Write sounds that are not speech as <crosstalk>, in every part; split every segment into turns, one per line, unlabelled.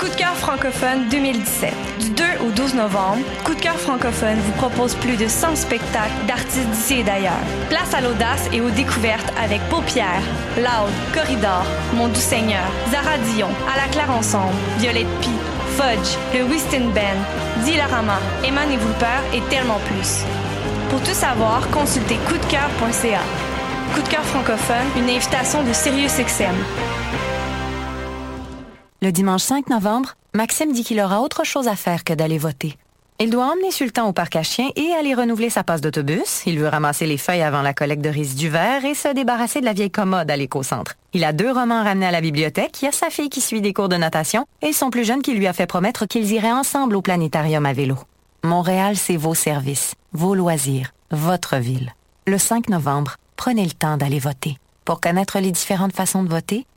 Coup de cœur francophone 2017. Du 2 au 12 novembre, Coup de cœur francophone vous propose plus de 100 spectacles d'artistes d'ici et d'ailleurs. Place à l'audace et aux découvertes avec Paupières, Loud, Corridor, Mon Doux Seigneur, Zara Dion, À la Claire Ensemble, Violette Pie, Fudge, Le Whiston Band, Dilarama, Eman et Voulpeur et tellement plus. Pour tout savoir, consultez coupdecoeur.ca. Coup de cœur francophone, une invitation de Sirius XM.
Le dimanche 5 novembre, Maxime dit qu'il aura autre chose à faire que d'aller voter. Il doit emmener Sultan au parc à chiens et aller renouveler sa passe d'autobus. Il veut ramasser les feuilles avant la collecte de résidus verts et se débarrasser de la vieille commode à l'éco-centre. Il a deux romans ramenés à la bibliothèque, il y a sa fille qui suit des cours de natation et son plus jeune qui lui a fait promettre qu'ils iraient ensemble au planétarium à vélo. Montréal, c'est vos services, vos loisirs, votre ville. Le 5 novembre, prenez le temps d'aller voter. Pour connaître les différentes façons de voter,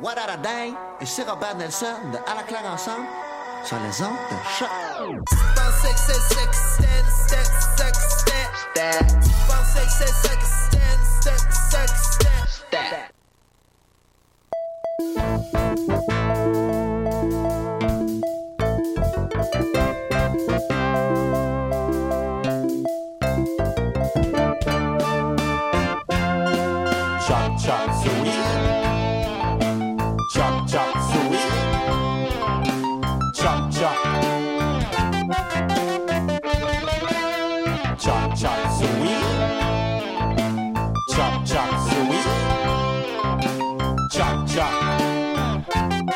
What a Day, et c'est Robert Nelson de À la claire ensemble sur les ondes de choc.
Chop chop suey. Chop chop suey. Chop chop. Chop chop suey. Chop chop suey. Chop chop.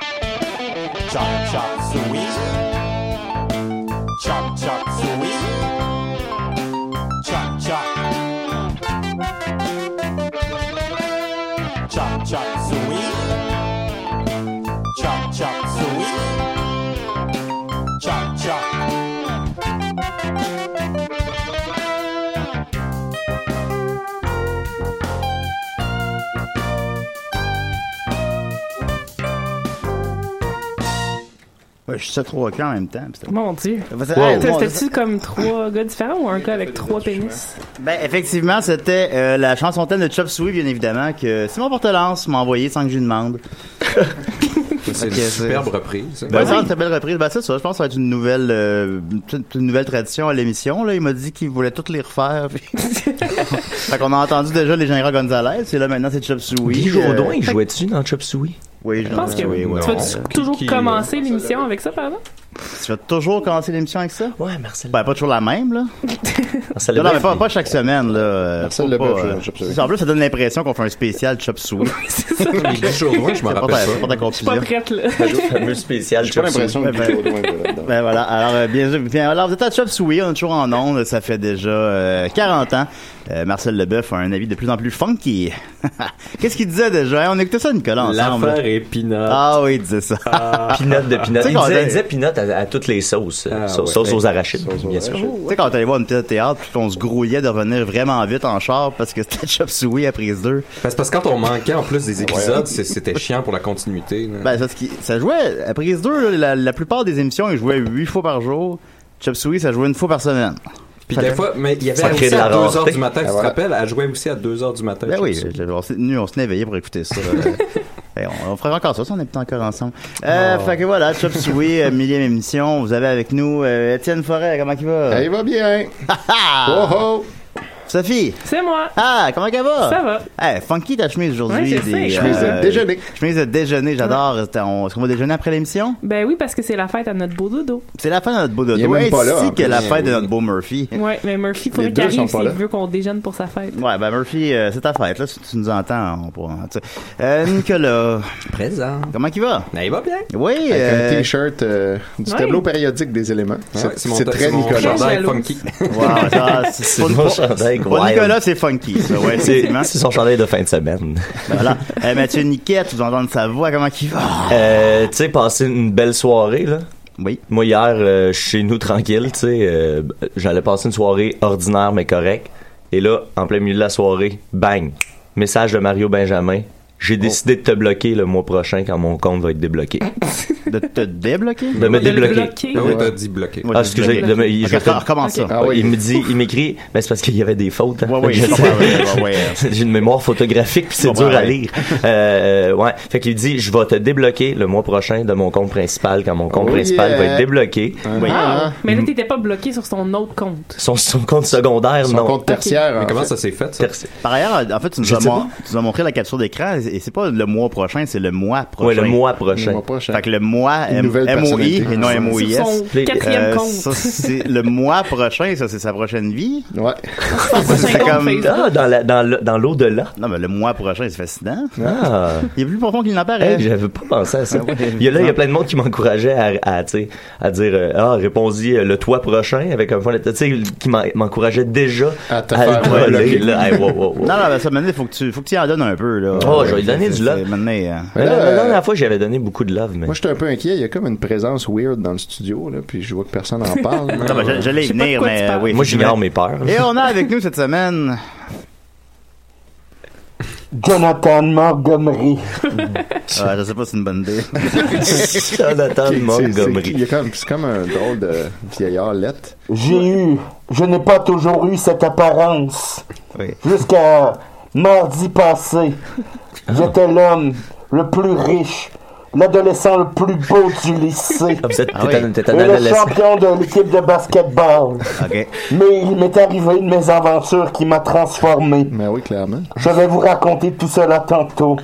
Chop chop suey. Chop chop suey. Chop chop. Chop chop suey. Chop chop suey. Chop chop.
Ouais, je suis ça trois cas en même temps. puis c'était-
Mon Dieu.
Ça faisait- Hey, trois-
C'était-tu comme trois gars différents ou un gars avec trois pénis?
Ben, effectivement, c'était euh, la chanson thème de Chop Suey, bien évidemment, que Simon Portelance m'a envoyé sans que je lui demande.
C'est une
Ok,
superbe
c'est-
reprise.
Ben, c'est une très belle reprise. Ben, c'est ça, je pense que ça va être une nouvelle, euh, une- une nouvelle tradition à l'émission. Là. Il m'a dit qu'il voulait toutes les refaire.
<laughs>
puis- fait qu'on a entendu déjà les Généraux Gonzalez, et là maintenant c'est Chop Suey.
Guy Jourdain, il
Euh,
jouait-tu dans Chop Suey?
Oui,
Je pense que
oui,
tu
oui.
vas
Non.
toujours
Qui- qui-
euh,
commencer l'émission avec ça, pardon?
Tu vas toujours commencer l'émission avec ça?
Ouais, Marcel.
Ben, pas toujours la même, là.
Marcel
Non, non, mais
Leboeuf,
pas, pas chaque semaine, là. euh,
Marcel
faut
Leboeuf,
pas,
je-
euh,
Chop Suey.
En plus, ça donne l'impression qu'on fait un spécial Chop Suey.
<laughs> Mais Guy Jourdain, je m'en
C'est pour
rappelle
ta- pour
pas.
ta
Je suis pas
conclusion.
prête, là.
le fameux spécial
J'ai pas
Chop Suey.
l'impression que Guy Jourdain est là-dedans.
Ben voilà, alors euh, bien, sûr- bien alors vous êtes à Chop Suey, on est toujours en ondes, ça fait déjà euh, 40 ans. Euh, Marcel Leboeuf a un avis de plus en plus funky. <laughs> Qu'est-ce qu'il disait déjà? Hein, On écoutait ça,
<laughs>
Nicolas, ensemble.
L'affaire est pinard.
Ah oui, il disait ça.
Ah.
Pinot de pinot.
Tu sais
Il
qu'on
disait,
avait-
il disait pinot à, à toutes les sauces. euh,
Ah,
Sauce-
ouais.
sauce aux arachides,
Sauce aux
bien sûr.
arachides.
tu sais, quand on allait voir une pièce de théâtre, puis qu'on se grouillait de revenir vraiment vite en char parce que c'était <laughs> Chop Suey à prise 2.
Parce Ben, parce que quand on manquait en plus des épisodes, c'est- c'était chiant pour la continuité. là.
Ben, c'est ce qui, ça jouait, à prise 2, la, la plupart des émissions, ils jouaient 8 fois par jour. Chop Suey, ça jouait une fois par semaine.
Puis des fois, mais il y avait
Ça crée
aussi
de la
à 2h
rareté.
du matin, tu te
voilà.
rappelles, elle jouait aussi à 2h du matin.
Ah, Ben
je
oui,
sais. <laughs>
je- on s'est tenu, on s'est éveillé pour écouter ça. Ben, on, On ferait encore ça si on habitait encore ensemble. Euh,
Oh.
Fait que voilà, Chop Suey, euh, millième émission. Vous avez avec nous euh, Étienne Forêt. Comment il va?
Ah.
Eh, il
<laughs>
va bien. Ah.
oh, Sophie.
C'est moi.
Ah, comment elle va?
Ça va.
Eh, funky ta chemise aujourd'hui.
Ouais, je sais.
des, euh,
Chemise de déjeuner.
Chemise de déjeuner, j'adore. C'était- on- Est-ce qu'on va déjeuner après l'émission?
Ben oui, parce que c'est la fête à notre beau dodo.
C'est la fin de notre beau dodo.
est même
Eh,
pas là,
si
en
que
plus.
la fin de
Oui.
notre beau Murphy.
Ouais, mais Murphy, faudrait
Les
qu'il
deux sont
arrive
pas
s'il
là.
veut qu'on déjeune pour sa fête.
Ouais, ben Murphy, euh, c'est ta fête, là, si tu nous entends, on pourra. tu sais. Euh, Nicolas.
Présent. Ben,
Comment il va?
il va bien.
Oui.
Avec
euh,
un t-shirt euh, du
Ouais.
tableau périodique des éléments.
Ouais,
c'est
c'est mon-
c'est
c'est
très
mon
Nicolas.
chandail funky.
<laughs>
Wow, ça,
<laughs>
c'est-
C'est
pour-
mon
pour-
chandail
pour
wild.
Nicolas, c'est funky, ça, ouais,
c'est
effectivement.
c'est son chandail de fin de semaine.
Voilà. Euh, Mathieu Niquette, vous entendez sa voix, comment il va?
Euh, tu sais, passer une belle soirée, là.
Oui.
Moi, hier, euh, chez nous, tranquille, tu sais, euh, j'allais passer une soirée ordinaire, mais correcte. Et là, en plein milieu de la soirée, bang! Message de Mario Benjamin.
Oh.
J'ai décidé de te bloquer le mois prochain quand mon compte va être
<laughs>
débloqué.
De te débloquer?
De me
De le
débloquer.
bloquer. Ah oui, t'as
dit bloquer.
Ah, excusez, de me- il-
Ok,
je te-
recommence ça. Ah oui.
Il me dit, il m'écrit, mais c'est parce qu'il y avait des fautes. hein.
Ouais, ouais,
Je
ouais,
sais.
ouais, ouais, ouais.
<laughs> J'ai une mémoire photographique, puis c'est
Bon, ben,
dur à
ouais.
lire. Euh, ouais. Fait qu'il dit, je vais te débloquer le mois prochain de mon compte principal quand mon compte
Oh,
principal
yeah.
va être débloqué.
Wow.
Ah, hein?
Ah. Mais là, t'étais pas bloqué sur son autre compte.
Son, son compte secondaire, Ah, non.
tertiaire, Mais en comment fait. ça
s'est fait,
Par ailleurs, en fait, tu nous,
Je
as,
sais
mon- tu nous as montré la capture d'écran et et c'est pas le mois prochain, c'est le mois prochain.
Ouais, le mois prochain.
Le mois prochain. Fait que le mois
Une
M-
nouvelle
MOI
personnalité.
et non
Sur
MOIS.
son
Euh,
quatrième compte.
ça, c'est le mois prochain, ça c'est sa prochaine vie.
Ouais.
<laughs> c'est comme
Ah, dans la- dans le- dans l'au-delà.
Non, mais le mois prochain, c'est fascinant.
Ah.
Il est plus profond qu'il n'en paraît.
Hey, Eh, j'avais pas pensé à ça.
Ah ouais.
il, y a, là, il y a plein de monde qui m'encourageait à, à, tu sais, à dire euh, Ah, réponds-y euh, le toit prochain avec un fond de- Tu sais, qui m'en- m'encourageait déjà à,
te
le <laughs>
faire
voler.
bloquer.
Ah, là. Hey, wow, wow, wow.
Non, non, mais ça, maintenant, il faut que tu, faut que tu en donnes un peu, là.
Oh, je vais lui donner
C'est-
du love.
c'est- maintenant, euh,
Mais la,
Là,
la
euh,
dernière fois, j'avais donné beaucoup de love, mais.
Moi, j'étais un peu inquiet. Il y a comme une présence weird dans le studio, là, puis je vois que personne n'en parle.
<laughs> Non, mais je- je l'ai Je sais pas de venir, quoi mais, tu parles. oui,
Moi, j'ignore
effectivement.
mes peurs.
Et on a avec nous
<laughs>
cette semaine.
Jonathan Montgomery.
Ah, je sais pas si c'est une bonne idée.
<laughs> Jonathan
Montgomery. C'est il y a comme, c'est comme un drôle de vieillard lettre.
J'ai eu, je n'ai pas toujours eu cette apparence. Jusqu'à mardi passé, j'étais l'homme le plus riche, l'adolescent le plus beau du lycée.
Vous êtes-
Et
Ah oui. t'es un- t'es un
le
adolescent.
champion de l'équipe de basketball. Mais il m'est arrivé une mésaventure qui m'a transformé.
Mais Ben oui, clairement.
Je vais vous raconter tout cela tantôt.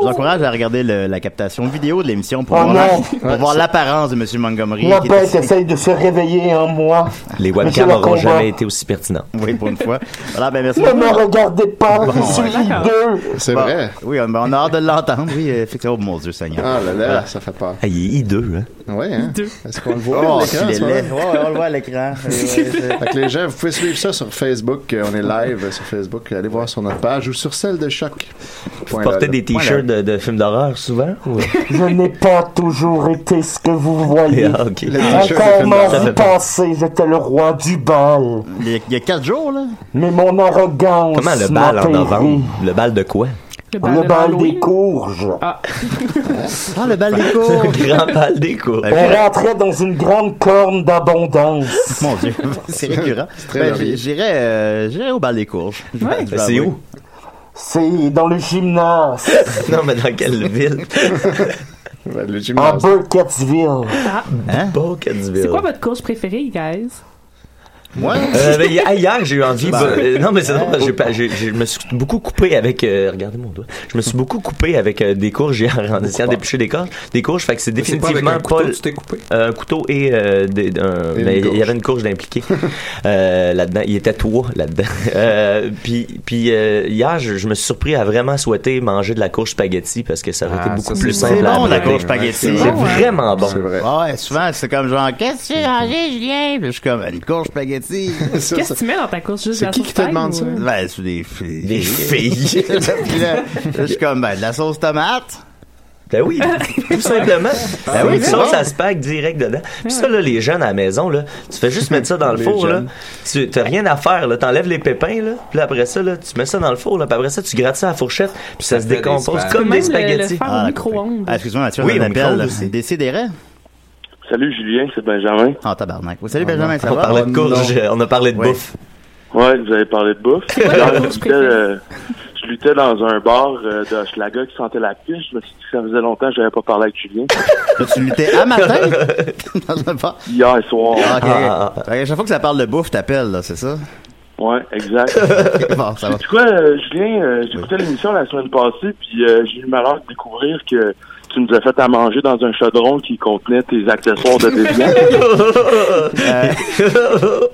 Je vous encourage à regarder le- la captation vidéo de l'émission pour
Oh
voir,
non.
pour voir l'apparence de M. Montgomery.
La
qui est
bête
assis-
essaye de se réveiller en moi.
Les
Monsieur hein.
webcams
le
n'auront
combat.
jamais été aussi pertinents.
Oui, pour
<laughs>
une fois. Voilà, ben merci.
Ne me regardez pas,
Bon,
je suis
ouais.
hideux.
C'est
Bon,
vrai.
Bah, Oui, on, on a hâte de l'entendre. Oui, euh, effectivement. Oh mon Dieu, Seigneur.
Ah là là,
Voilà.
ça fait peur.
il est hideux, hein.
Ouais, hein? Est-ce qu'on le voit
Oh,
à l'écran,
s'il est
ça? hein.
laid. Ouais, ouais, on le voit à l'écran. Oui, oui, c'est-
<laughs> Fait que les gens, vous pouvez suivre ça sur Facebook. euh, On est live euh, sur Facebook. Allez voir sur notre page ou sur celle de Choc.
Vous portez des t-shirts de, de films d'horreur souvent ou-
Je n'ai pas toujours été ce que vous voyez.
Ah, ok. Le t-shirt de Fender.
Encore
Ça
mardi
fait
passé, j'étais le roi du bal.
Il y a quatre jours, là.
Mais mon arrogance.
Comment le bal
m'a
en
péri.
novembre Le bal de quoi
Le bal, des courges.
Ah, le bal des cours.
<laughs> Le grand bal des cours.
On rentrait dans une grande corne d'abondance.
Mon Dieu, <laughs> c'est récurrent.
très
Ben,
varié.
j- J'irai euh, j'irai au bal des courges. Je vais- je vais
C'est
avouer.
où?
C'est dans le gymnase.
<laughs> Non, mais dans quelle ville?
à Burkettsville.
Hein?
C'est quoi votre course préférée, guys?
Moi?
Euh, ben, hi- hier, j'ai eu envie.
Bah,
Ben.
euh, non, mais
hein,
c'est drôle, parce que j'ai pas- j'ai- j'ai- je me suis beaucoup coupé avec. euh, regardez mon doigt. Je me suis beaucoup coupé avec euh, des courges hier en essayant d'éplucher des courges. Des courges, fait que c'est
c'est pas
définitivement
avec
pas.
un couteau
le-
que tu
<laughs>
t'es coupé?
Euh, Un couteau et. euh, des- d'un-
Et
ben,
une
il y
courge.
avait une courge
<laughs>
d'impliquée euh, là-dedans. Il était trois là-dedans. <laughs> Euh, puis puis euh, hier, je, je me suis surpris à vraiment souhaiter manger de la courge spaghetti parce que ça aurait été
Ah,
beaucoup
ça,
plus
c'est
simple
bon,
à
la
avaler.
courge spaghetti.
C'est
C'est bon, hein?
vraiment bon.
Ah ouais, souvent, c'est comme genre, qu'est-ce que tu as mangé, Julien? Puis je suis comme, une courge
<laughs>
spaghetti.
Qu'est-ce que tu mets dans ta course juste de la sauce thaï, ou-
Ben, c'est des filles. <laughs>
Des filles.
Puis là, je suis comme, ben, de la sauce tomate.
Ben
<laughs>
oui, tout simplement. Ben oui,
Ah c'est
ça,
bon.
ça se pack direct dedans. Puis ça, là, les jeunes à la maison, là, tu fais juste mettre ça
<laughs>
dans le
Les
four, là.
jeunes.
Tu t'as rien à faire, là. T'enlèves les pépins, là. Puis là, après ça, là, tu mets ça dans le four, là. Puis après ça, tu grattes ça à la fourchette. Puis ça, se
fait des
décompose
spaghettis.
comme
Même
des
le- le
spaghettis.
faire au micro-ondes.
Ah, excuse-moi, Mathieu,
Oui,
on
au
appelle.
micro
là.
aussi.
Décidérez.
Salut Julien, c'est Benjamin.
Ah, tabarnak. Oui, salut, Benjamin, ça
on
va?
parlait de courge,
Non.
on a parlé de
Ouais.
bouffe.
Ouais, vous avez parlé de bouffe.
C'est quoi
Hier,
ta
je
bouffe
lisais, euh, je flûtais dans un bar euh, de Schlager qui sentait la piste. Je me suis dit que ça faisait longtemps que j'avais pas parlé avec Julien.
<laughs> tu luttais à matin? <laughs> dans un bar?
Hier soir.
Ah, ok. Fait que chaque fois que ça parle de bouffe, t'appelles, là, c'est ça?
Ouais, exact.
<laughs> Ok, bon, ça va.
Tu quoi, euh, Julien, euh, j'écoutais l'émission la semaine passée, puis euh, j'ai eu le malheur de découvrir que tu nous as fait à manger dans un chaudron qui contenait tes accessoires de
<laughs>
déviant.
Euh,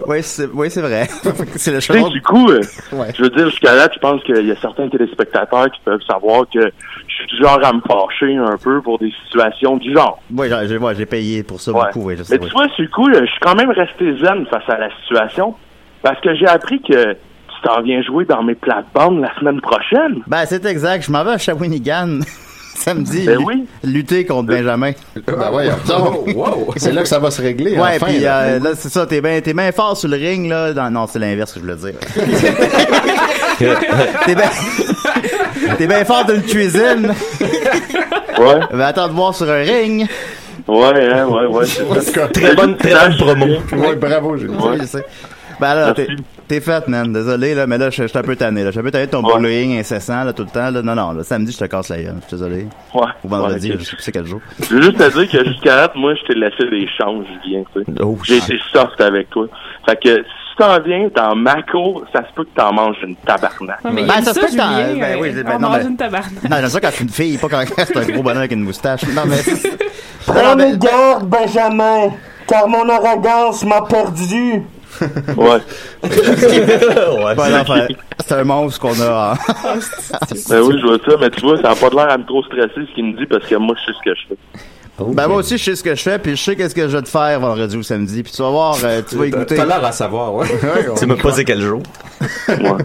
oui, c'est oui, c'est vrai. <laughs> c'est le
Tu sais,
chaudron.
du coup, euh,
Ouais.
je veux dire, jusqu'à là, je pense qu'il y a certains téléspectateurs qui peuvent savoir que je suis du genre à me fâcher un peu pour des situations du genre.
Oui, j'ai- j'ai ouais, j'ai payé pour ça
Ouais.
beaucoup, oui, je sais.
Mais tu
oui.
vois, c'est cool, je suis quand même resté zen face à la situation parce que j'ai appris que tu t'en viens jouer dans mes plates-bandes la semaine prochaine.
Ben, c'est exact. Je m'en vais à Shawinigan <laughs> samedi.
Ben
lu-
oui. Euh.
Lutter contre Benjamin.
Ben
<laughs>
voyons
Oh,
donc. C'est là que ça va se régler.
Ouais,
enfin,
puis
là.
euh, là, c'est ça, t'es bien bien fort sur le ring, là. Dans- non, c'est l'inverse que je voulais
<laughs>
dire. t'es bien t'es bien fort d'une cuisine.
Ouais.
Ben, attends de voir sur un ring.
Ouais, hein, ouais, ouais. c'est ça.
Très bonne- très bonne promo.
hein.
Ouais, bravo, Julien.
Oui, je sais. Ben alors, t'es
Merci.
t'es faite, man. Désolé, là, mais là, je je suis un peu tanné. là. Je suis un peu tanné de ton bullying incessant, là, tout le temps. Là. Non, non, là, samedi, je te casse la gueule. Je suis désolé.
Ouais.
Ou vendredi,
Ouais,
je sais plus c'est quel jour.
Je veux juste te dire que jusqu'à date, moi, je t'ai laissé des chances, Julien. tu sais. J'ai été soft avec toi. Fait que si t'en viens, t'en maco, ça se peut que t'en manges une tabarnak.
Non, mais il
Ben,
aime
ça se peut que t'en-
Julien,
ben oui,
euh,
ben
on
non,
mange
ben-
une tabarnak.
Non, j'aime ça quand je suis une fille, pas quand c'est un gros bonhomme avec une moustache. Non, mais.
Prends mes garde, Benjamin, car mon arrogance m'a
<laughs>
perdu.
Ouais.
Bon, non, enfin, c'est un monstre qu'on a. hein. en- <laughs>
Ben oui, je vois ça, mais tu vois, ça n'a pas de l'air à me trop stresser ce qu'il me dit parce que moi, je sais ce que je fais.
Oh.
Oh,
Ben moi aussi je sais ce que je fais puis je sais qu'est-ce que je vais te faire vendredi ou samedi puis tu vas voir euh, tu vas y
T'as-
goûter.
t'as l'air à savoir,
<laughs>
ouais.
Tu sais même pas c'est quel jour.
Tu vas,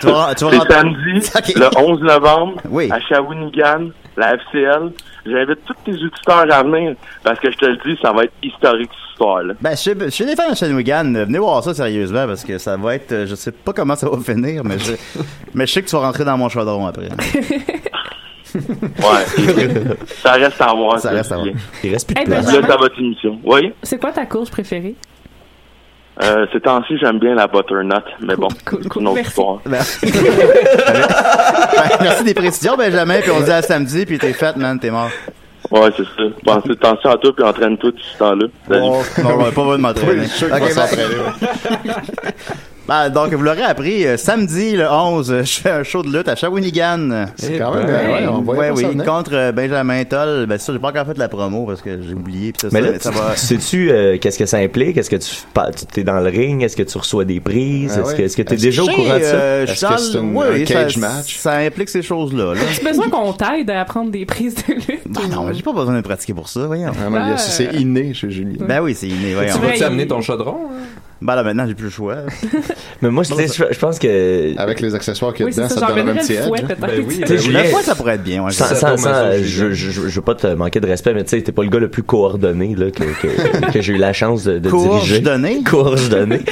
tu vas
C'est
rentrer-
samedi,
<laughs> Ok.
le 11 novembre,
Oui.
à Shawinigan, la FCL. J'invite tous tes auditeurs à venir parce que je te le dis, ça va être historique cette histoire-là.
Ben, je sais- je suis des fans de Shawinigan. euh, Venez voir ça sérieusement parce que ça va être. euh, Je sais pas comment ça va finir, mais je, mais je sais que tu vas rentrer dans mon chaudron
<laughs>
après. <laughs>
Ouais. ça reste à voir.
Ça reste à voir.
Il reste
plus de Eh ben,
place.
place.
Vous êtes à votre émission. Oui.
C'est quoi ta
<laughs>
course préférée?
Euh, ces temps-ci, j'aime bien la butternut, mais bon, c'est une autre
Merci.
histoire.
Ben, merci des précisions, Benjamin. Puis on se dit à samedi, puis t'es fait, man, t'es mort.
Ouais, c'est ça. Pensez attention à toi puis entraîne-toi tout ce temps-là. Salut.
Oh, non, on va pas
<laughs>
de m'entraîner.
Oui, je suis sûr qu'il
Ok,
va
ben-
s'entraîner,
<laughs> Ben, donc, vous l'aurez appris, euh, samedi le 11, euh, je fais un show de lutte à Shawinigan.
C'est quand même, euh, ouais, on voyait
Ouais,
pas ça
oui,
venir.
contre euh, Benjamin Toll. Ben, ça, j'ai pas encore fait la promo parce que j'ai oublié. Puis ça,
Mais
ça,
là,
ça va.
tu- <laughs> sais-tu euh, qu'est-ce que ça implique? Est-ce que tu pa- tu- t'es dans le ring? Est-ce que tu reçois des prises?
Ah
Est-ce
ouais.
que est-ce que t'es
Est-ce
déjà au
que
courant de ça?
euh, je suis dans le- oui, ça, Ça implique ces
<laughs>
choses-là. là.
As-tu besoin qu'on t'aide à prendre des prises de lutte?
Ben non, mais j'ai pas besoin de pratiquer pour ça, voyons.
non, il y a- c'est
inné chez Julien. Ben oui, c'est inné, voyons.
Tu vas-tu amener ton
chaudron? Ben là, maintenant, j'ai plus le choix.
Mais moi, je, tu sais, je- je pense que.
Avec les accessoires qu'il y a
Oui,
dedans,
c'est
ça,
ça,
te donnerait un
j'emmènerais
petit
le
edge.
fouet,
hein.
peut-être. Ben oui,
Tu sais, Julien-
La fois, ça pourrait être bien. ouais,
Sans-
je-
sans- sans- je, je, je veux pas te manquer de respect, mais tu sais, t'es pas le gars le plus coordonné là, que, que, que j'ai eu la chance de, de diriger. <laughs>
Coordonné?
Coordonné.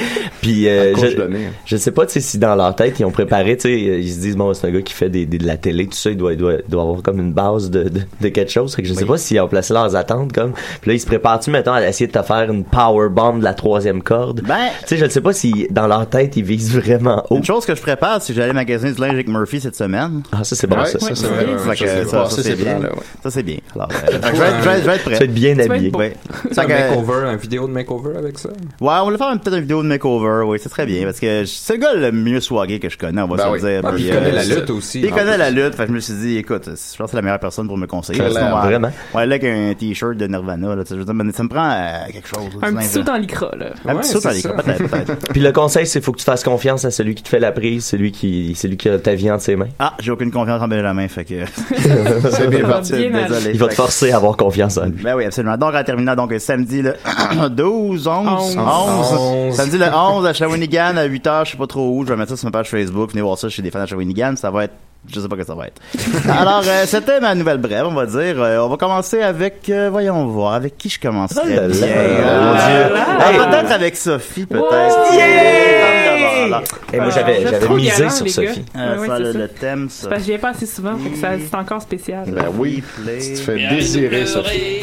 Puis euh,
Ah,
je,
coordonné, hein.
je sais pas tu sais, si dans leur tête, ils ont préparé, tu sais, euh, ils se disent, bon, c'est un gars qui fait des, des- de la télé, tout ça, il doit, il doit, il doit avoir comme une base de, de, de quelque chose. Fait que je sais pas s'ils ont placé leurs attentes comme. Puis là, ils se préparent-tu, mettons, à essayer de te faire une power bomb de la troisième corde?
Ben-
Tu sais, je ne sais pas si dans leur tête, ils visent vraiment haut.
Une chose que je prépare, c'est que Ah, j'allais magasiner du linge avec Murphy cette semaine.
Ah, ça, c'est bon,
Ouais,
ça.
Ça, c'est
Ouais,
bien.
ouais,
Fait que
ouais,
ça,
ouais,
ça,
ça,
c'est
c'est
bien.
bon, là,
Ça, c'est bien. Alors, euh, fait que je vais être- je vais être- je vais être prêt.
Tu vas être bien habillé.
Ouais.
C'est un
Fait que-
makeover, un vidéo de makeover avec ça?
Ouais, on va faire une- peut-être une vidéo de makeover, oui, c'est très bien, parce que je- c'est le gars le mieux soigné que je connais, on va
Ben
se le
oui.
dire. euh,
Ah, puis il connaît la lutte aussi,
Il
en
connaît
plus.
la lutte, fait que je me suis dit, écoute, je pense que c'est la meilleure personne pour me conseiller.
Clairement.
sinon, on va-
Vraiment.
On va aller avec un t-shirt de Nirvana, là, tu sais, je veux dire, mais ça me prend euh, quelque chose.
Un
du
petit
linge,
saut
là.
dans l'icra, là.
Un petit saut dans les
c'est
coins,
ça.
peut-être, peut-être. <laughs>
<laughs> Puis le conseil, c'est faut que tu fasses confiance à celui qui te fait la prise, celui qui, celui qui a ta vie entre ses mains.
Ah, j'ai aucune confiance en Benjamin, fait
<laughs>
que.
C'est
bien
parti. bien aller.
Désolé.
Il va te
Fait que-
forcer à avoir confiance en lui.
Ben oui, absolument. Donc, en terminant, donc, samedi le <clears throat> 12, 11, 11,
Onze. Onze.
Samedi le 11 à Shawinigan à 8h, je sais pas trop où. Je vais mettre ça sur ma page Facebook. Venez voir ça chez des fans à Shawinigan. Ça va être, je sais pas que
<laughs>
ça va être. Alors, euh, c'était ma nouvelle brève, on va dire. Euh, on va commencer avec, euh, voyons voir, avec qui je commencerai.
Oh là là.
bien.
Oh mon
Ah,
Dieu.
ah,
Hey.
peut-être avec Sophie, peut-être.
Yeah!
voilà.
Et moi,
Vous
Euh,
j'avais
êtes
j'avais
trop
misé
galants,
sur
les gars.
Sophie.
Ah oui,
ça,
c'est
Euh, le,
ça.
le thème,
C'est
ça.
parce que j'y ai pas assez souvent, fait que ça- c'est encore spécial.
Ben oui, tu te fais désirer, Sophie.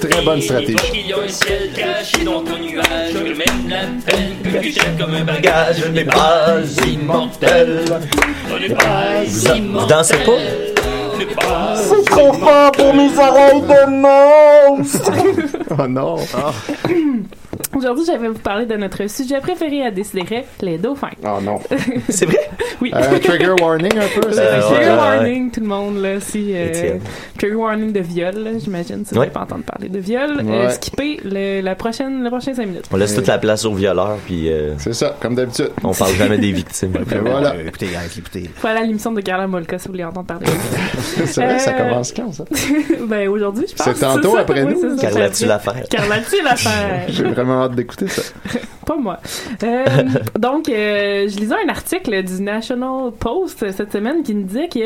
Très bonne stratégie.
y a un ciel caché dans ton nuage, que même la peine que tu jettes comme un bagage,
Je n'ai pas immortel.
on n'est pas
Vous, vous dansez pas?
C'est trop fort pour mes oreilles de monstre!
<laughs> oh non!
<clears throat> Aujourd'hui, je vais vous parler de notre sujet préféré à décider, les dauphins.
Oh
<laughs>
non!
C'est vrai?
Oui.
Euh, trigger warning un peu? ça?
Euh, trigger warning, tout le monde, là, si... euh,
Étienne.
trigger warning de viol, là, j'imagine, si vous
Ouais.
voulez pas entendre parler de viol. euh,
Ouais.
skippez le, la prochaine, le prochain 5 minutes.
On laisse toute la place aux violeurs, puis. euh,
C'est ça, comme d'habitude.
On parle jamais des victimes.
<laughs> Et voilà. Euh,
Écoutez, écoutez.
Voilà l'émission de Carla Molka, si vous voulez entendre
<laughs>
parler. <laughs>
C'est vrai, ça commence quand, ça?
ben, aujourd'hui, je Euh, pense.
C'est tantôt
ça.
après
Oui,
nous.
c'est ça,
Carla,
c'est
tu
après.
l'affaire.
Carla, tu l'affaire. <laughs>
J'ai vraiment hâte d'écouter ça.
Pas moi. Euh, donc, euh, je lisais un article du National Post euh, cette semaine qui nous disait que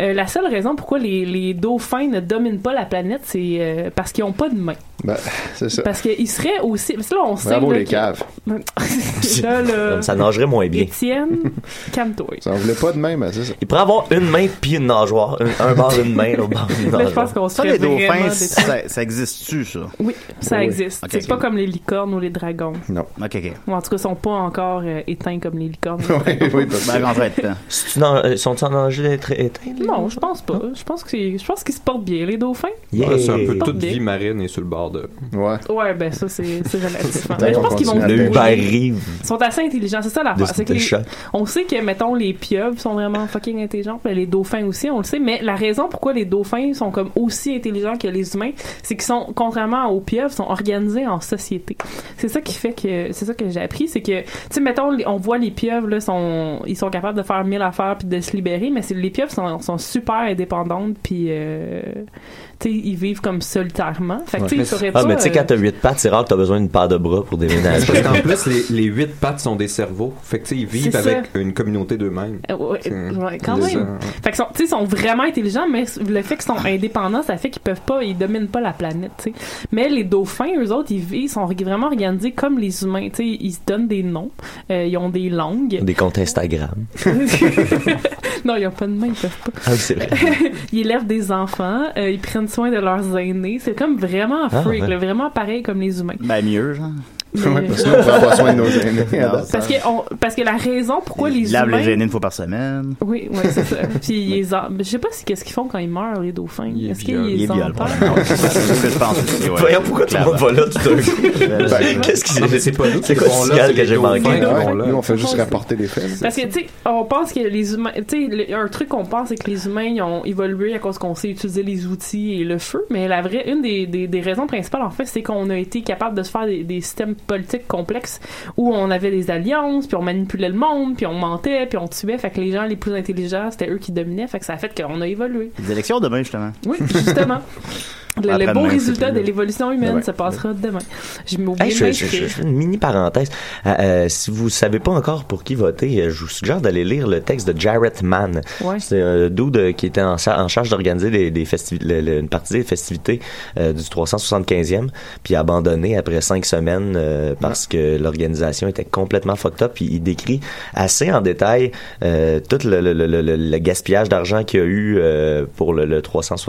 euh, la seule raison pourquoi les, les dauphins ne dominent pas la planète, c'est euh, parce qu'ils n'ont pas de main.
Ben, c'est ça.
Parce qu'ils seraient aussi. Parce que là, on sait.
Bravo
là,
les
que-
caves.
<laughs> Là, là,
Ça nagerait moins bien.
Étienne, calme-toi.
Ça en voulait pas de même, hein, c'est ça.
Il pourrait avoir une main puis une nageoire. Un, un bord une main, l'autre bord
<laughs>
une
Là, je
nageoire.
pense qu'on se
Ça,
ferait
les dauphins,
vraiment
ça, ça existe-tu, ça?
Oui, ça
Oui.
existe.
Ok,
c'est
ok.
pas comme les licornes ou les dragons.
Non.
OK, OK.
Ou en tout cas, ils sont pas encore euh, éteints comme les licornes.
oui,
parce que- Ben, en fait, hein.
C'est-tu dans- euh, Sont-ils en danger d'être éteints?
Non, je pense pas. Je pense que c'est- je pense qu'ils se portent bien les dauphins.
Yeah.
Ah, c'est un peu
Ils se portent
toute
bien.
vie marine et sur le bord de.
Ouais.
Ouais, ben ça c'est c'est relatif.
D'ailleurs,
Mais je pense
on
qu'ils vont
continue. Le Uber
arrive.
Ils sont assez intelligents, c'est ça l'affaire.
De-
C'est que
de
les-
choc.
on sait que mettons les pieuvres sont vraiment fucking intelligents, ben, les dauphins aussi, on le sait. Mais la raison pourquoi les dauphins sont comme aussi intelligents que les humains, c'est qu'ils sont contrairement aux pieuvres, sont organisés en société. C'est ça qui fait que c'est ça que j'ai appris, c'est que tu sais mettons les- on voit les pieuvres là sont ils sont capables de faire mille affaires puis de se libérer, mais c'est les pieuvres sont, sont super indépendantes puis euh, tu sais ils vivent comme solitairement. Fait que tu sais, ils sauraient
ah,
pas,
mais tu sais,
euh,
quand t'as 8 pattes, c'est rare que t'as besoin d'une paire de bras pour déménager. <laughs>
Parce qu'en plus, les, les huit pattes sont des cerveaux. Fait que, tu sais, ils vivent
C'est
avec
ça.
une communauté d'eux-mêmes.
Euh, ouais,
C'est-
ouais, quand
c'est
même.
ça.
Fait que sont- tu sais, ils sont vraiment intelligents, mais le fait qu'ils sont indépendants, ça fait qu'ils peuvent pas, ils dominent pas la planète, tu sais. Mais les dauphins, eux autres, ils, ils sont vraiment organisés comme les humains, tu sais. Ils se donnent des noms, euh, ils ont des langues. <laughs>
Des comptes Instagram.
non, ils ont pas de main, ils peuvent pas.
Ah, c'est vrai.
<laughs> ils élèvent des enfants, euh, ils prennent soin de leurs aînés. C'est comme vraiment
Ah,
freak,
ouais.
là, vraiment pareil comme les humains.
Ben, mieux,
<laughs>
genre.
Mais- Ouais, parce que
nous, on peut avoir soin de nos aînés.
<laughs> Non,
Parce
ça-
<laughs> Parce que, on- parce que la raison pourquoi les
Ils lavent
humains...
les aînés une fois par semaine.
<laughs> Oui, ouais, c'est ça. Puis ils en- je sais pas si qu'est-ce qu'ils font quand ils meurent les dauphins. Est-ce qu'ils
Ils
en
violent.
parlent?
C'est ce que je pense aussi, ouais.
Voyons pourquoi tout le monde va là tout d'un
<laughs>
coup.
Ben,
Qu'est-ce qui
non, mais c'est pas nous
C'est
qui
quoi
vont
le
là,
signal
c'est
que
les
j'ai manqué?
dauphins qui vont là. Nous, on fait juste rapporter les faits.
<laughs> Parce que tu sais, on pense que les humains, tu sais, le- un truc qu'on pense c'est que les humains ils ont évolué à cause qu'on sait utiliser les outils et le feu, mais la vraie une des, des, des raisons principales en fait, c'est qu'on a été capable de se faire des, des systèmes politiques complexes où on avait des alliances, puis on manipulait le monde, puis on mentait, puis on tuait, fait que les gens les plus intelligents c'était eux qui dominaient, fait que ça a fait qu'on a évolué.
Les élections demain, justement.
Oui,
<laughs>
justement. Le, le
Après-demain,
beau
c'est
résultat
plus-
de l'évolution humaine
Demain.
se passera demain. J'ai oublié
Hey,
de
je, je- je-
m'inscrire.
je- une mini parenthèse. Euh, euh, si vous savez pas encore pour qui voter, euh, je vous suggère d'aller lire le texte de Jarrett Mann.
Ouais.
C'est un dude euh, qui était en, cha- en charge d'organiser des, des festivi- le- le- une partie des festivités euh, du 375e, puis a abandonné après cinq semaines euh, parce que l'organisation était complètement fucked up. Puis il décrit assez en détail euh, tout le, le- le- le- le gaspillage d'argent qu'il y a eu euh, pour le, le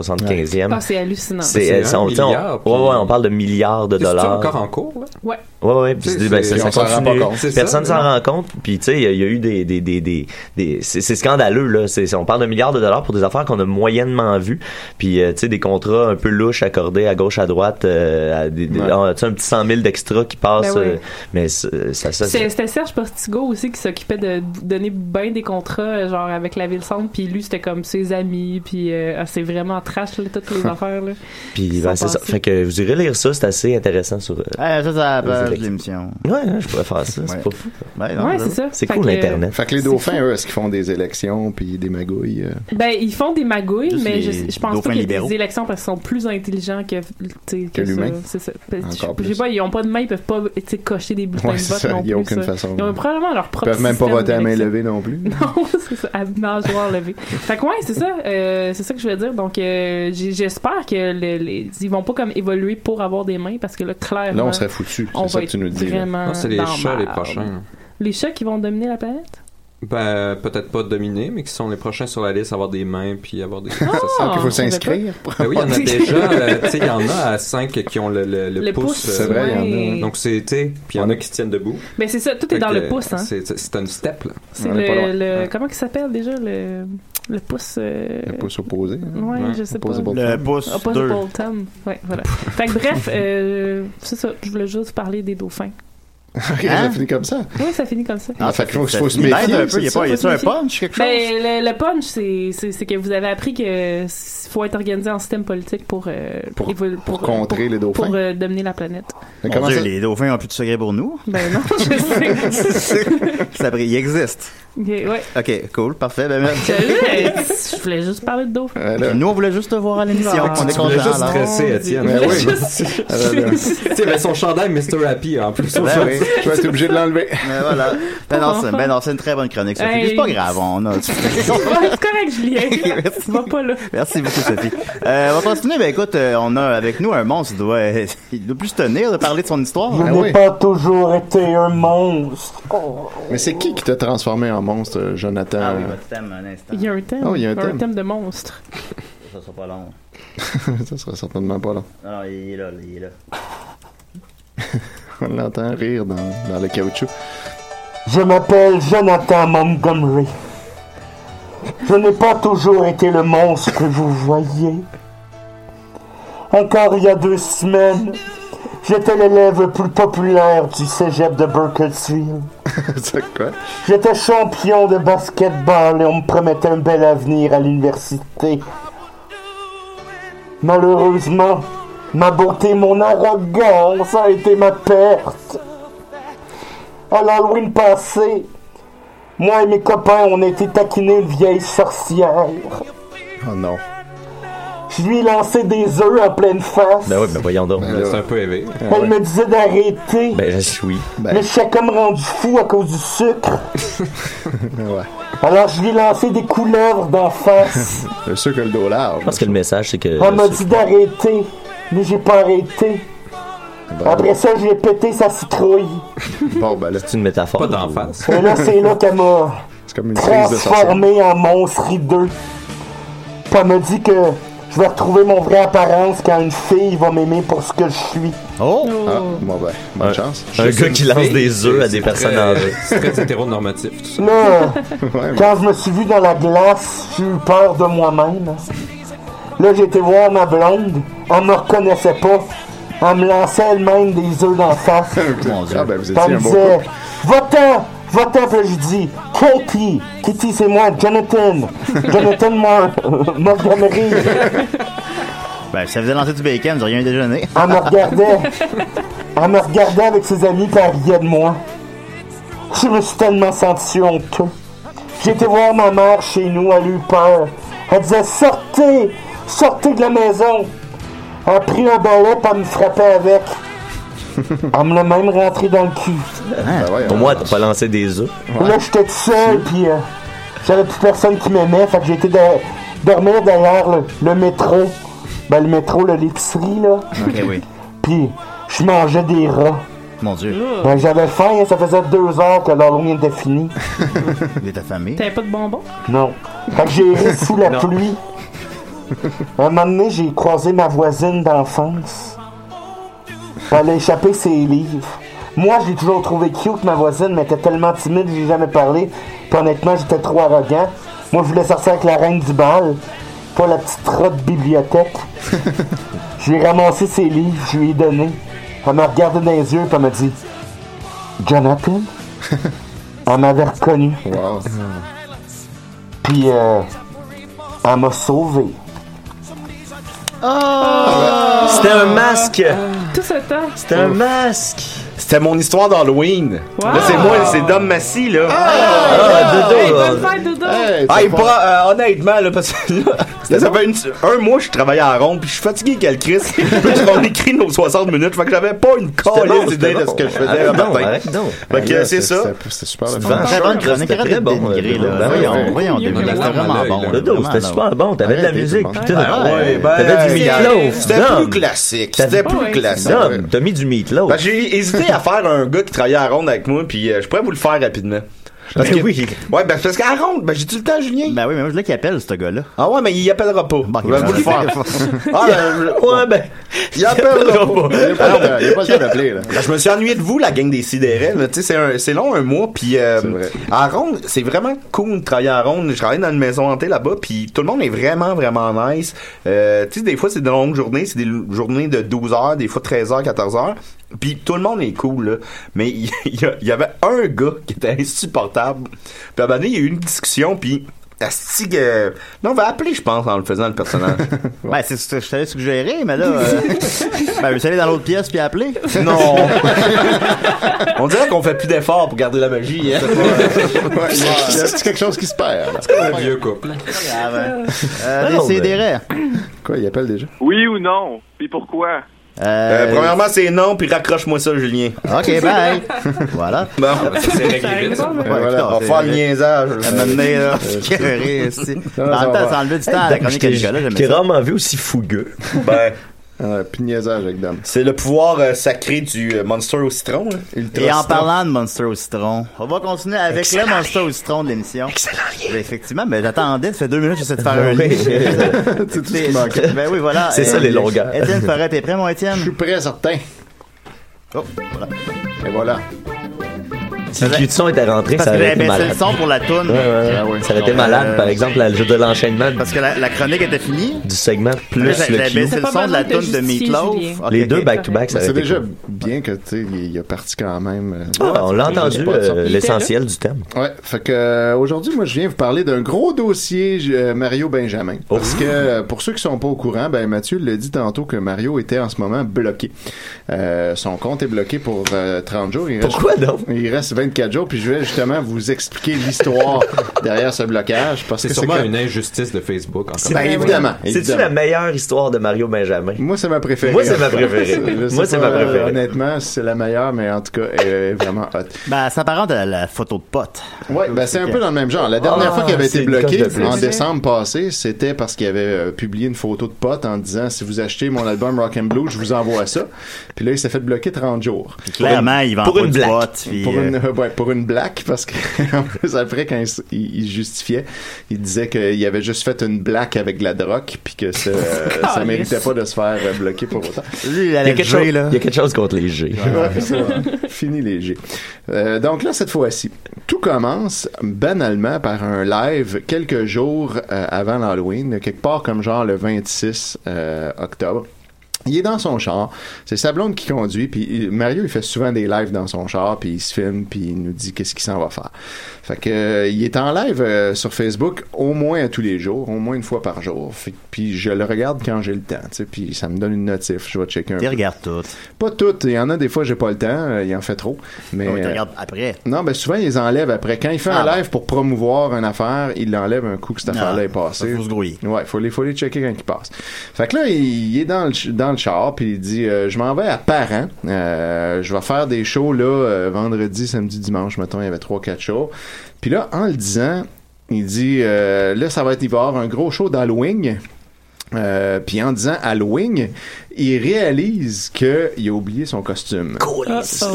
375e.
Ah, c'est hallucinant.
C'est,
Ben, C'est
euh, c'est-
un
on, tu sais, on-
milliard, puis-
ouais, ouais, on parle de milliards de
C'est-tu
dollars.
encore en cours, là?
Ouais. <laughs>
Ouais, ouais, puis
C'est-
c'est- ben,
c'est-
ça,
on
ça
s'en rend
continue.
pas compte. C'est
Personne
ça,
s'en
ouais.
rend compte. Puis, tu sais, il y, a- il y a eu des. des, des, des, des- c'est c'est scandaleux, là. C'est- On parle de milliards de dollars pour des affaires qu'on a moyennement vues. Puis, euh, tu sais, des contrats un peu louches accordés à gauche, à droite. euh, à des- des- ah, tu sais, un petit 100 000 d'extra qui passe.
Ben oui.
euh, mais c'est- ça, ça,
C'est-
c'est-
C'était Serge Postigo aussi qui s'occupait de d- donner bien des contrats, euh, genre avec la ville centre, puis lui c'était comme ses amis, puis euh, ah, c'est vraiment trash là, toutes
<laughs>
les affaires là.
Puis, ben,
sont
c'est ça.
passés.
Fait que vous irez lire ça, c'est assez intéressant sur. euh,
Ah, ça, ça
les
page de
élections.
l'émission.
Ouais, hein, je pourrais faire ça. C'est pas fou.
Ben,
non, Ouais,
c'est ça.
C'est
Fait
cool,
que-
l'Internet.
Fait que les dauphins, eux, est-ce qu'ils font des élections puis des magouilles? euh?
Ben ils font des magouilles,
Juste
mais
les
je, je pense pas
dauphins
qu'il y ait
libéraux.
des élections parce qu'ils sont plus intelligents que tu sais, que,
Que
ça.
l'humain.
C'est ça. Parce que
Encore
je- je sais
plus.
pas, ils ont pas de main, ils peuvent pas tu sais, cocher des bulletins
Ouais,
de
c'est
vote
ça,
non
il y a
plus,
aucune
ça.
façon.
Ils ont probablement leur
Ils
propre.
peuvent même pas
système
voter à main
d'élection.
levée non plus. <laughs>
<laughs> Non, c'est ça, à nageoire levée. Fait que ouais, c'est ça, euh, c'est ça que je voulais dire. Donc, euh, j'ai- j'espère que le- les, ils vont pas comme évoluer
hein.
pour avoir des mains parce que là, clairement.
Là, on serait foutus.
on
C'est ça
va
que tu nous
être
dis. là.
Vraiment dans la merde.
prochains. hein.
Les chats qui vont dominer la planète?
Ben, peut-être pas dominés, mais qui sont les prochains sur la liste, avoir des mains, puis avoir des...
Ah, il faut s'inscrire pour
Ben oui, il y en
<laughs>
a
avoir-
déjà, euh, tu sais, il y en a à 5 qui ont le, le, le
Le
pouce. euh,
pouce, C'est vrai, il y en a, ouais. ouais.
Donc, c'est, tu sais, puis il y en a qui se tiennent debout.
Ben, c'est ça, tout est dans
Fait que,
le pouce, hein.
C'est c'est une step, là.
C'est le, le- comment il s'appelle déjà le le pouce euh,
Le pouce opposé. hein.
Ouais, je sais pas.
Opposable
Le
thumb.
pouce
Opposable thumb. Ouais, voilà. fait que bref, euh, c'est ça, je voulais juste vous parler des dauphins.
<laughs> Ok, ça
Hein?
finit comme ça.
Oui, ça finit comme ça.
Ah, fait qu'il faut- faut se
Il
méfier.
m'aide un peu, il y a
c'est
pas- il y a
ça?
ça un punch, quelque chose?
Ben, le, le punch, c'est c'est- c'est que vous avez appris que s- faut être organisé en système politique pour euh,
Pour-
évolu-
pour contrer les dauphins.
pour euh, dominer la planète.
Mon
comment
Dieu,
ça-
les dauphins ont plus de secret pour nous.
Ben non,
<laughs>
je
<laughs>
sais.
ça, il existe.
Ok, ouais.
Ok, cool, parfait. Ben, merci.
<laughs> Je je voulais juste parler de dauphins.
Nous, on voulait juste te voir à l'émission.
Ah.
on est
Tu voulais
content.
juste
alors.
stresser, Étienne.
Ben oui.
<laughs> Tu sais, ben, son chandail Mr. Happy, en plus.
Ben oui.
Tu vas être obligé de l'enlever.
Mais voilà. <laughs> Ben non, c'est, ben non, c'est une très bonne chronique, Sophie.
Hey.
Mais C'est pas grave, on
<laughs>
a...
C'est correct, Julien.
Merci.
Va pas là.
Merci beaucoup, Sophie. Euh, on va continuer. Ben écoute, euh, on a avec nous un monstre. Il doit, <laughs> il doit plus se tenir de parler de son
Ah,
histoire.
Ben
Ben
Je n'ai pas toujours été un monstre.
Mais c'est qui qui t'a transformé en monstre, euh, Jonathan?
Ah oui, votre thème, un instant.
Il y a un thème.
Oh, il y a un
un
thème.
thème de monstre.
Ça sera pas long.
<laughs> ça sera certainement pas long.
Non, non, il est là, il est là.
On l'entend rire dans, dans le caoutchouc.
Je m'appelle Jonathan Montgomery. Je n'ai pas toujours été le monstre que vous voyez. Encore il y a deux semaines, j'étais l'élève le plus populaire du cégep de
<laughs>
Burkittsville.
<laughs> C'est quoi?
J'étais champion de basketball et on me promettait un bel avenir à l'université. Malheureusement, ma beauté, mon arrogance a été ma perte. À l'Halloween passé, moi et mes copains, on a été taquiner une vieille sorcière.
Oh non.
Je lui ai lancé des œufs en pleine face.
Ben oui, ben voyons donc.
C'est un peu élevé.
Elle me disait d'arrêter,
Ah Ben, je suis oui. <laughs>
<laughs>
mais j'étais comme rendu fou à cause du sucre.
Ouais.
Alors je lui ai lancé des couleuvres d'en face.
<laughs> Le sucre, le dos large.
Je pense que le message, c'est
Euh,
que.
Elle m'a dit d'arrêter, mais j'ai pas arrêté.
Bah,
Après ça, je lui ai pété sa citrouille.
Bon, ben là.
C'est une métaphore.
Pas d'en face.
Et là, Oh, c'est là qu'elle m'a
C'est comme <laughs> une crise de sorcière.
transformé en monstre hideux. Puis elle m'a dit que je vais retrouver mon vrai apparence quand une fille va m'aimer pour ce que je suis.
Oh!
Ah, bon ben, bonne chance.
Un
Juste
gars
une
qui lance
fille,
des œufs
c'est-
à des
c'est
personnes
très-
âgées.
<laughs> C'est très hétéronormatif, tout ça.
Là,
<laughs> Ouais,
quand je me suis vu dans la glace, j'ai eu peur de moi-même. hein. Là, j'ai été voir ma blonde. Elle me reconnaissait pas. Elle me lançait elle-même des œufs d'en
<laughs>
face.
Mon Dieu. Ah ben, vous étiez
Elle
un
me
bon
disait,
couple.
va-t'en, va-t'en, puis là, je dis, Katie, Kitty, c'est moi,
<laughs>
Jonathan, Jonathan Mar Montgomery.
Ben, si ça faisait lancer du bacon, vous auriez un déjeuner.
Ah,
Elle me regardait, elle me regardait avec ses amis, puis elle riait de moi. Je me suis tellement senti honteux. J'ai été voir ma mère chez nous, elle a eu peur. Elle disait, sortez, sortez de la maison. Elle a pris un balai, puis elle me frappait avec. Elle me l'a même rentré dans le cul.
Ah,
Ben
Pour
hein.
moi, t'as pas lancé des œufs.
Là, j'étais tout seul, puis euh, j'avais plus personne qui m'aimait, fait que j'ai été de- dormir derrière le, le métro. Ben, le métro, là, l'épicerie, là.
ok, oui.
Puis, je mangeais des rats.
Mon Dieu,
Oh.
Ben, j'avais faim, hein, ça faisait deux heures que l'Halloween était fini.
il est
Eh.
affamé.
T'avais pas de bonbons?
Non. Fait que j'ai ri sous la
Non.
pluie. À <laughs> un moment donné, j'ai croisé ma voisine d'enfance. Elle a échappé ses livres. Moi, je l'ai toujours trouvé cute, ma voisine, mais elle était tellement timide, j'ai jamais parlé. Puis honnêtement, j'étais trop arrogant. Moi, je voulais sortir avec la reine du bal, pas la petite robe bibliothèque. j'ai ramassé ses livres, je lui ai donné. Elle m'a regardé dans les yeux, puis elle m'a dit Jonathan Elle m'avait reconnu.
Wow.
Puis, euh, elle m'a sauvé.
Oh!
C'était
Ah.
un masque.
Tout ce temps.
C'était
Oh!
un masque. C'était mon histoire d'Halloween.
Wow.
Là, c'est moi, c'est Dom Massy, là.
Ah,
dodo,
hey,
là.
bonne fête, Dodo!
Ah, il pas, euh, honnêtement, là, parce que là, ça ça fait une- un mois que je travaillais à la ronde, puis je suis fatigué qu'elle crisse. Puis on écrit nos 60 minutes, fait que j'avais pas une
bon,
calice
c'était
idée de
bon.
ce que je faisais
Arrête
le
donc,
matin.
arrête donc.
Fait que
Là,
c'est ça.
c'était- C'était super le
Tu te
fun.
vends
Très bonne
cher,
chronique,
c'était
arrête
très
de
bon,
dénigrer,
Dodo.
là.
Ben
Voyons,
voyons.
voyons,
Mieux que
Dodo,
la
c'était vraiment
lame à
bon.
l'œil,
Dodo, c'était
Vraiment
super bon. T'avais de la
Arrêtez,
musique.
tout le monde.
putain.
Ouais, ben,
T'avais du
euh,
meatloaf.
C'était
Dom.
plus classique. C'était
Ouais.
plus classique.
Dom, t'as mis du meatloaf.
Ben, j'ai hésité à à faire un gars qui travaillait à Ronde avec moi, puis euh, je pourrais vous le faire rapidement. Parce que, oui. Ouais, ben, parce qu'à Ronde, ben, j'ai-tu le temps, Julien?
Ben oui, mais moi, je voulais qu'il appelle, ce gars-là.
Ah ouais, mais il appellera pas.
Bon,
Je vais vous le faire. Ah,
<laughs>
ben,
ouais, ben.
Il appellera pas.
Il y a pas le temps- il y a pas le temps d'appeler, là.
Ben, Je me suis ennuyé de vous, la gang des sidérés. là. Tu sais, C'est un- c'est long, un mois. Puis euh, à Ronde, c'est vraiment cool de travailler à Ronde. Je travaille dans une maison hantée là-bas. Puis tout le monde est vraiment, vraiment nice. Euh, tu sais, des fois, c'est de longues journées. C'est des l- journées de 12 heures, des fois 13 heures, 14 heures. Puis tout le monde est cool, là. Mais il <laughs> y, a- il y avait un gars qui était insupportable. Puis à un moment donné, il y a eu une discussion. Puis. Asti que... Non, on va appeler, je pense, en le faisant, le
<laughs>
personnage.
Ben, c'est ce que je t'avais suggéré, mais là. euh, ben, veux-tu aller dans l'autre pièce puis appeler? <laughs>
Non. On dirait qu'on fait plus d'efforts pour garder la magie. Hein? <laughs>
C'est quelque chose qui se perd.
C'est un vieux couple.
Euh,
Non,
des
Quoi, Ah, il appelle déjà?
Oui ou non? Puis pourquoi?
Euh, premièrement, c'est non, puis raccroche-moi ça, Julien. <laughs>
Ok, bye. voilà.
Bon, ben, ça, c'est réglé. vite.
Ouais,
voilà,
putain,
on va
c'est
faire le
réglé.
niaisage.
À un moment donné, <laughs> là,
Euh,
qui aurait ici.
Non,
En même
va.
temps, ça enlevait du temps à la chronique à Nicolas, j'aimais
T'es
ça.
rarement vu aussi fougueux.
<laughs> Ben,
euh, puis niaisage avec Dan.
C'est le pouvoir euh, sacré du euh, Monster au citron. là.
Et en
Citron.
parlant de Monster au citron, on va continuer avec
Excellent
le Monster au citron de l'émission. Excellent Effectivement, mais j'attendais, ça fait deux minutes que j'essaie de faire un
Oui.
lit.
manquait.
ben oui, voilà.
C'est ça,
Euh,
les longueurs.
Étienne Forêt, t'es prêt, mon Étienne? Je
suis prêt, certain.
Oh, voilà.
Et voilà.
Si le cul de son était rentré,
Parce
ça
que
aurait
j'avais
été
baissé
malade.
le son pour la
Ouais,
toune. Ah
ouais, ouais. Ça aurait été malade, par exemple, le jeu de l'enchaînement.
euh, Parce que la, la chronique était finie.
Du segment
Là,
plus
j'ai-
le
j'avais
cul.
baissé le son de la toune de Meatloaf. Ok,
Les
ok.
deux back-to-back, ça
Mais
aurait
C'est
été
déjà
cool.
bien que, tu sais, il il a parti quand même. euh,
Ah, on l'a
c'est
entendu,
pas de
euh,
son. Il était
l'essentiel
là.
du thème.
Ouais, fait que euh, aujourd'hui, moi, je viens vous parler d'un gros dossier euh, Mario Benjamin.
Oh.
Parce que euh, pour ceux qui sont pas au courant, ben Mathieu l'a dit tantôt que Mario était en ce moment bloqué. Euh, son compte est bloqué pour euh, 30 jours. Il reste-
Pourquoi donc?
Il reste 24 jours, puis je vais justement vous expliquer
<laughs>
l'histoire derrière ce blocage. Parce
C'est
que
sûrement
que-
une injustice de Facebook. encore.
Ben, évidemment.
C'est-tu
évidemment.
la meilleure histoire de Mario Benjamin?
Moi, c'est ma préférée.
Moi, c'est ma
en fait.
préférée.
<laughs> Je sais
Moi, c'est
pas,
ma préférée.
euh, Honnêtement, c'est la meilleure, mais en tout cas, elle est vraiment hot.
Ben, ça apparente à la photo de pote.
Ouais, ben c'est un peu dans le même genre. La dernière
Ah,
fois qu'il avait
c'est
été
une coche
bloqué
de plus.
en décembre passé, c'était parce qu'il avait euh, publié une photo de pote en disant si vous achetez mon album Rock and Blue, je vous envoie ça. Puis là, il s'est fait bloquer 30 jours.
clairement, il vend
Pour
pas
une
de
blague.
pote, puis,
Pour
euh,
une euh, <laughs> ouais, pour une blague parce que <laughs> en plus après quand il, s- il- il justifiait, il disait qu'il avait juste fait une blague avec de la drogue puis
<laughs>
que ça, euh, ça méritait pas de se faire euh, bloquer pour autant.
Lui, il
Il y, a quelque chose, il y a quelque chose contre les G.
Ouais, ça va. Fini les G. Euh, donc là, cette fois-ci, tout commence banalement par un live quelques jours euh, avant l'Halloween, quelque part comme genre le 26 euh, octobre. Il est dans son char, c'est sa blonde qui conduit, puis il- Mario il fait souvent des lives dans son char, puis il se filme, puis il nous dit qu'est-ce qu'il s'en va faire. Fait que euh, il est en live euh, sur Facebook au moins à tous les jours, au moins une fois par jour. Fait que- puis je le regarde quand j'ai le temps, tu sais, puis ça me donne une notif, je vais checker un
Tu
peu.
regardes toutes.
Pas toutes. Il y en a des fois, j'ai pas le temps. euh, Il en fait trop. Mais
Ouais, tu
euh,
regardes après.
non, mais souvent, ils les enlèvent après. Quand il fait un
Ah.
live pour promouvoir une affaire, il l'enlève un coup que cette
Ah,
affaire-là est passée.
ça, faut se grouiller.
Ouais, faut les, faut les checker quand ils passent. Fait que là, il, il est dans le, ch- dans le char, puis il dit euh, Je m'en vais à Parent. Euh, je vais faire des shows là, euh, vendredi, samedi, dimanche. Mettons, il y avait 3-4 shows. Puis là, en le disant, il dit euh, Là, ça va être hiver, un gros show d'Halloween. Euh, puis en disant Halloween, il réalise qu'il a oublié son costume.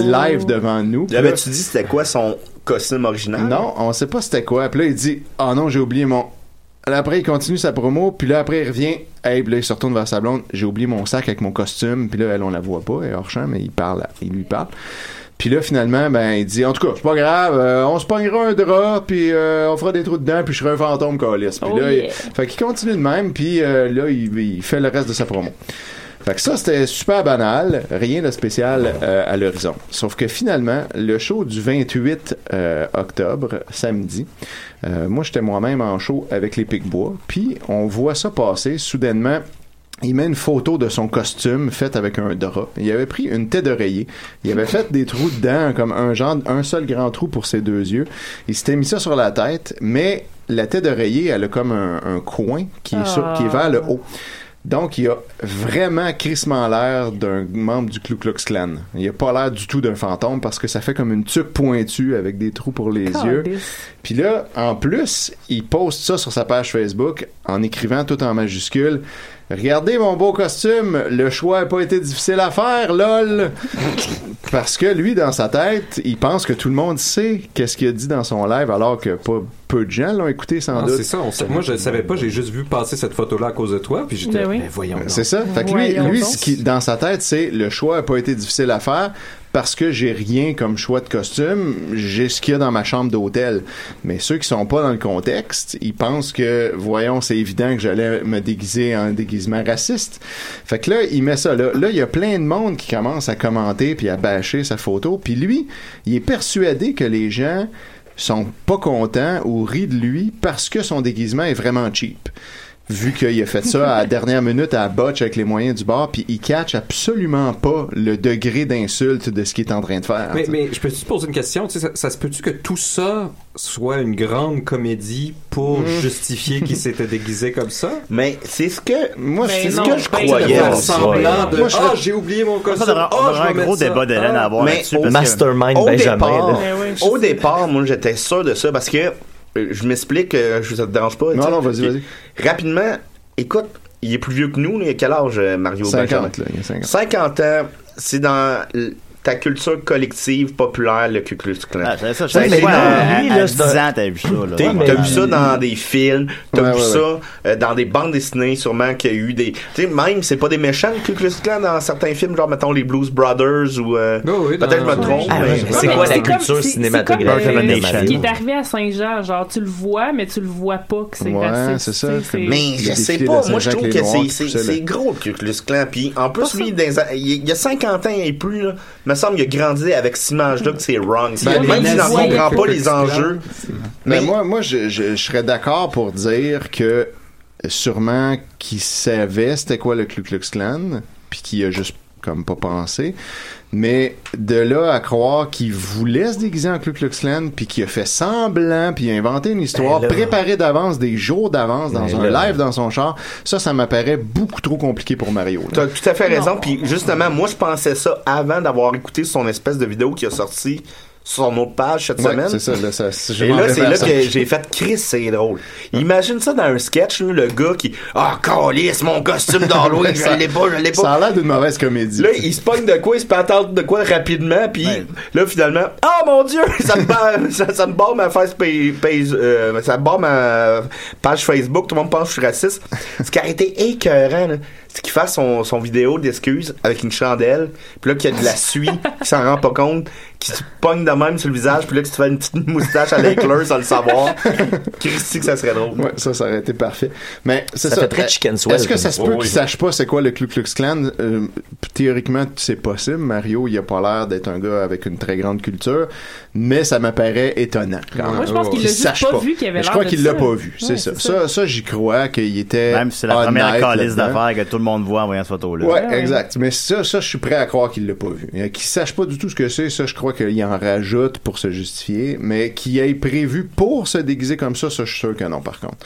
Live devant nous.
Là, ben, tu dis, c'était quoi son costume original?
Non, on sait pas c'était quoi. Puis là, il dit Ah non, j'ai oublié mon. Là, après, il continue sa promo. Puis là, après, il revient. Hey, puis là, il se retourne vers sa blonde. J'ai oublié mon sac avec mon costume. Puis là, elle, on la voit pas. Elle est hors champ, mais il parle. Il lui parle. Puis là, finalement, ben, il dit En tout cas, c'est pas grave. euh, on se pognera un drap. Puis euh, on fera des trous dedans. Puis je serai un fantôme, calice. Puis
Oh
là,
yeah.
il... fait qu'il continue de même. Puis euh, là, il, il fait le reste de sa promo. Fait que ça, c'était super banal, rien de spécial euh, à l'horizon. Sauf que finalement, le show du 28 euh, octobre, samedi, euh, moi j'étais moi-même en show avec les Picbois, puis on voit ça passer soudainement. Il met une photo de son costume faite avec un drap. Il avait pris une tête d'oreiller. Il avait fait des trous dedans, comme un genre, un seul grand trou pour ses deux yeux. Il s'était mis ça sur la tête, mais la tête d'oreiller, elle a comme un, un coin qui est, sur- qui est vers le haut. Donc, il a vraiment crissement l'air d'un membre du Ku Klux Klan. Il a pas l'air du tout d'un fantôme parce que ça fait comme une tuque pointue avec des trous pour les
Caliste.
yeux. Puis là, en plus, il poste ça sur sa page Facebook en écrivant tout en majuscule. Regardez mon beau costume, le choix n'a pas été difficile à faire, lol. <laughs> Parce que lui, dans sa tête, il pense que tout le monde sait qu'est-ce qu'il a dit dans son live, alors que pas peu de gens l'ont écouté sans
Ah,
doute.
c'est ça, on sait- moi je le savais pas, j'ai juste vu passer cette photo-là à cause de toi, puis j'étais.
Ben oui.
Ben voyons. donc.
C'est ça. Fait que lui,
Voyons
lui
donc.
ce qui, dans sa tête, c'est le choix n'a pas été difficile à faire parce que j'ai rien comme choix de costume, j'ai ce qu'il y a dans ma chambre d'hôtel. Mais ceux qui sont pas dans le contexte, ils pensent que, voyons, c'est évident que j'allais me déguiser en déguisement raciste. Fait que là, il met ça là. Là, il y a plein de monde qui commence à commenter puis à bâcher sa photo. Puis lui, il est persuadé que les gens sont pas contents ou rient de lui parce que son déguisement est vraiment cheap vu qu'il a fait ça à la dernière minute à botch avec les moyens du bord, puis il catch absolument pas le degré d'insulte de ce qu'il est en train de faire.
Mais, mais je peux-tu te poser une question? Tu sais, ça, ça se peut-tu que tout ça soit une grande comédie pour
Mm.
justifier qu'il s'était déguisé comme ça?
Mais c'est ce que
moi
c'est ce que je croyais.
faire semblant de
Moi, je
ah
fais-
j'ai oublié mon
Ça,
costume.
ça devrait-
Ah,
on devrait
je vais
un
mettre
gros
ça.
débat d'Hélène à avoir
Mais
là-dessus,
au-
parce que-
Mastermind
au
Benjamin,
départ-
là.
au départ, moi, j'étais sûr de ça parce que euh, je m'explique, euh, je ça te dérange pas. Non, non, vas-y, vas-y. Rapidement, écoute, il est plus vieux que nous. là. Il a quel âge, euh, Mario
50,
Benjamin?
là, il a 50.
50 ans, c'est dans l- ta culture collective populaire, le Ku Klux Klan.
Ah, ça, je savais
a été
pas. euh,
dans-
À- à- à 10 ans, t'as vu ça, là.
T'as
Ouais,
t'as
ouais.
vu ça dans des films, t'as
Ouais,
vu
ouais,
ça euh, dans des bandes dessinées, sûrement qu'il y a eu des. Tu sais, même, c'est pas des méchants, le Ku Klux Klan, dans certains films, genre, mettons, les Blues Brothers ou. euh,
Oh,
Peut-être je me trompe.
Ah,
mais-
ouais, mais c'est
Ouais,
quoi
mais
la
c'est comme-
culture
c'est-
cinématographique
c'est comme, euh,
de
ce qui
Mario?
est arrivé à Saint-Jean, genre tu le vois mais tu le vois pas que c'est
Ouais,
raciste.
c'est
ça,
tu sais,
c'est-
c'est-
Mais je sais
défilé
pas,
de
moi je
Saint-Jacques,
trouve
les
que
Noirs
c'est-
qui
c'est
poussaient, là.
c'est gros le Ku Klux Klan. Puis en plus, lui, dans les a- il il y a 50 ans et plus, là, me semble qu'il a grandi avec cette image-là que c'est wrong.
Ben, les
même s'il n'en
nazis,
comprend
le
pas
Ku
les
Klux Klan,
enjeux.
Mais moi, moi je, je- je serais d'accord pour dire que sûrement qu'il savait c'était quoi le Ku Klux Klan, puis qu'il a juste comme pas pensé. Mais de là à croire qu'il voulait se déguiser en Ku Klux Klan, puis qu'il a fait semblant, puis il a inventé une histoire
Ben là.
préparée d'avance, des jours d'avance, dans
Ben
un
là.
live dans son char, ça, ça m'apparaît beaucoup trop compliqué pour Mario. là.
T'as tout à fait raison. Puis justement, moi je pensais ça avant d'avoir écouté son espèce de vidéo qui a sorti sur notre page cette
Ouais,
semaine.
c'est ça, là, ça- c'est- je
Et
m'en
là,
vais
c'est
vers
là
ça.
que j'ai fait Chris, c'est drôle. Imagine ça dans un sketch, là, le gars qui Ah, calisse, mon costume d'Halloween, je
<laughs> Ça-
l'ai pas, je l'ai pas.
Ça a l'air d'une mauvaise comédie.
Là, il se pogne de quoi, il se peut attendre de quoi rapidement, puis là, finalement, ah mon dieu, <laughs> ça me, barre, ça, ça me barre ma face, pay- pay- euh, ça me barre ma page Facebook, tout le monde pense que je suis raciste. Ce qui a été écœurant, là, c'est qu'il fasse son, son vidéo d'excuses avec une chandelle, puis là, qu'il y a de la suie, qu'il s'en rend pas compte, qu'il se pogne de même sur le visage, puis là, que tu fais une petite moustache à l'éclair sans le savoir. Christy, que ça serait drôle.
Ouais, ça, ça aurait été parfait. Mais c'est
Ça
ça.
fait très
Euh,
Chicken Swell,
Est-ce que ça se
comme-
peut
Oui,
qu'il
oui.
sache pas c'est quoi le Ku Klux Klan? Euh, théoriquement, c'est possible. Mario, il a pas l'air d'être un gars avec une très grande culture, mais ça m'apparaît étonnant. Quand même.
Moi, je pense qu'il l'a juste
sache
pas vu qu'il avait
Mais Je
l'air
crois
de
qu'il l'a
ça.
pas vu. C'est
Ouais,
ça.
c'est ça.
Ça, ça, j'y crois qu'il était.
Même si c'est la première
honnête
calice
là-dedans.
d'affaires que tout le monde voit en voyant cette photo-là.
Ouais,
Ah
exact. Mais ça, ça, je suis prêt à croire qu'il l'a pas vu. Euh, Qu'il sache pas du tout ce que c'est, ça, je crois qu'il en rajoute pour se justifier. Mais qu'il ait prévu pour se déguiser comme ça, ça, je suis sûr que non, par contre.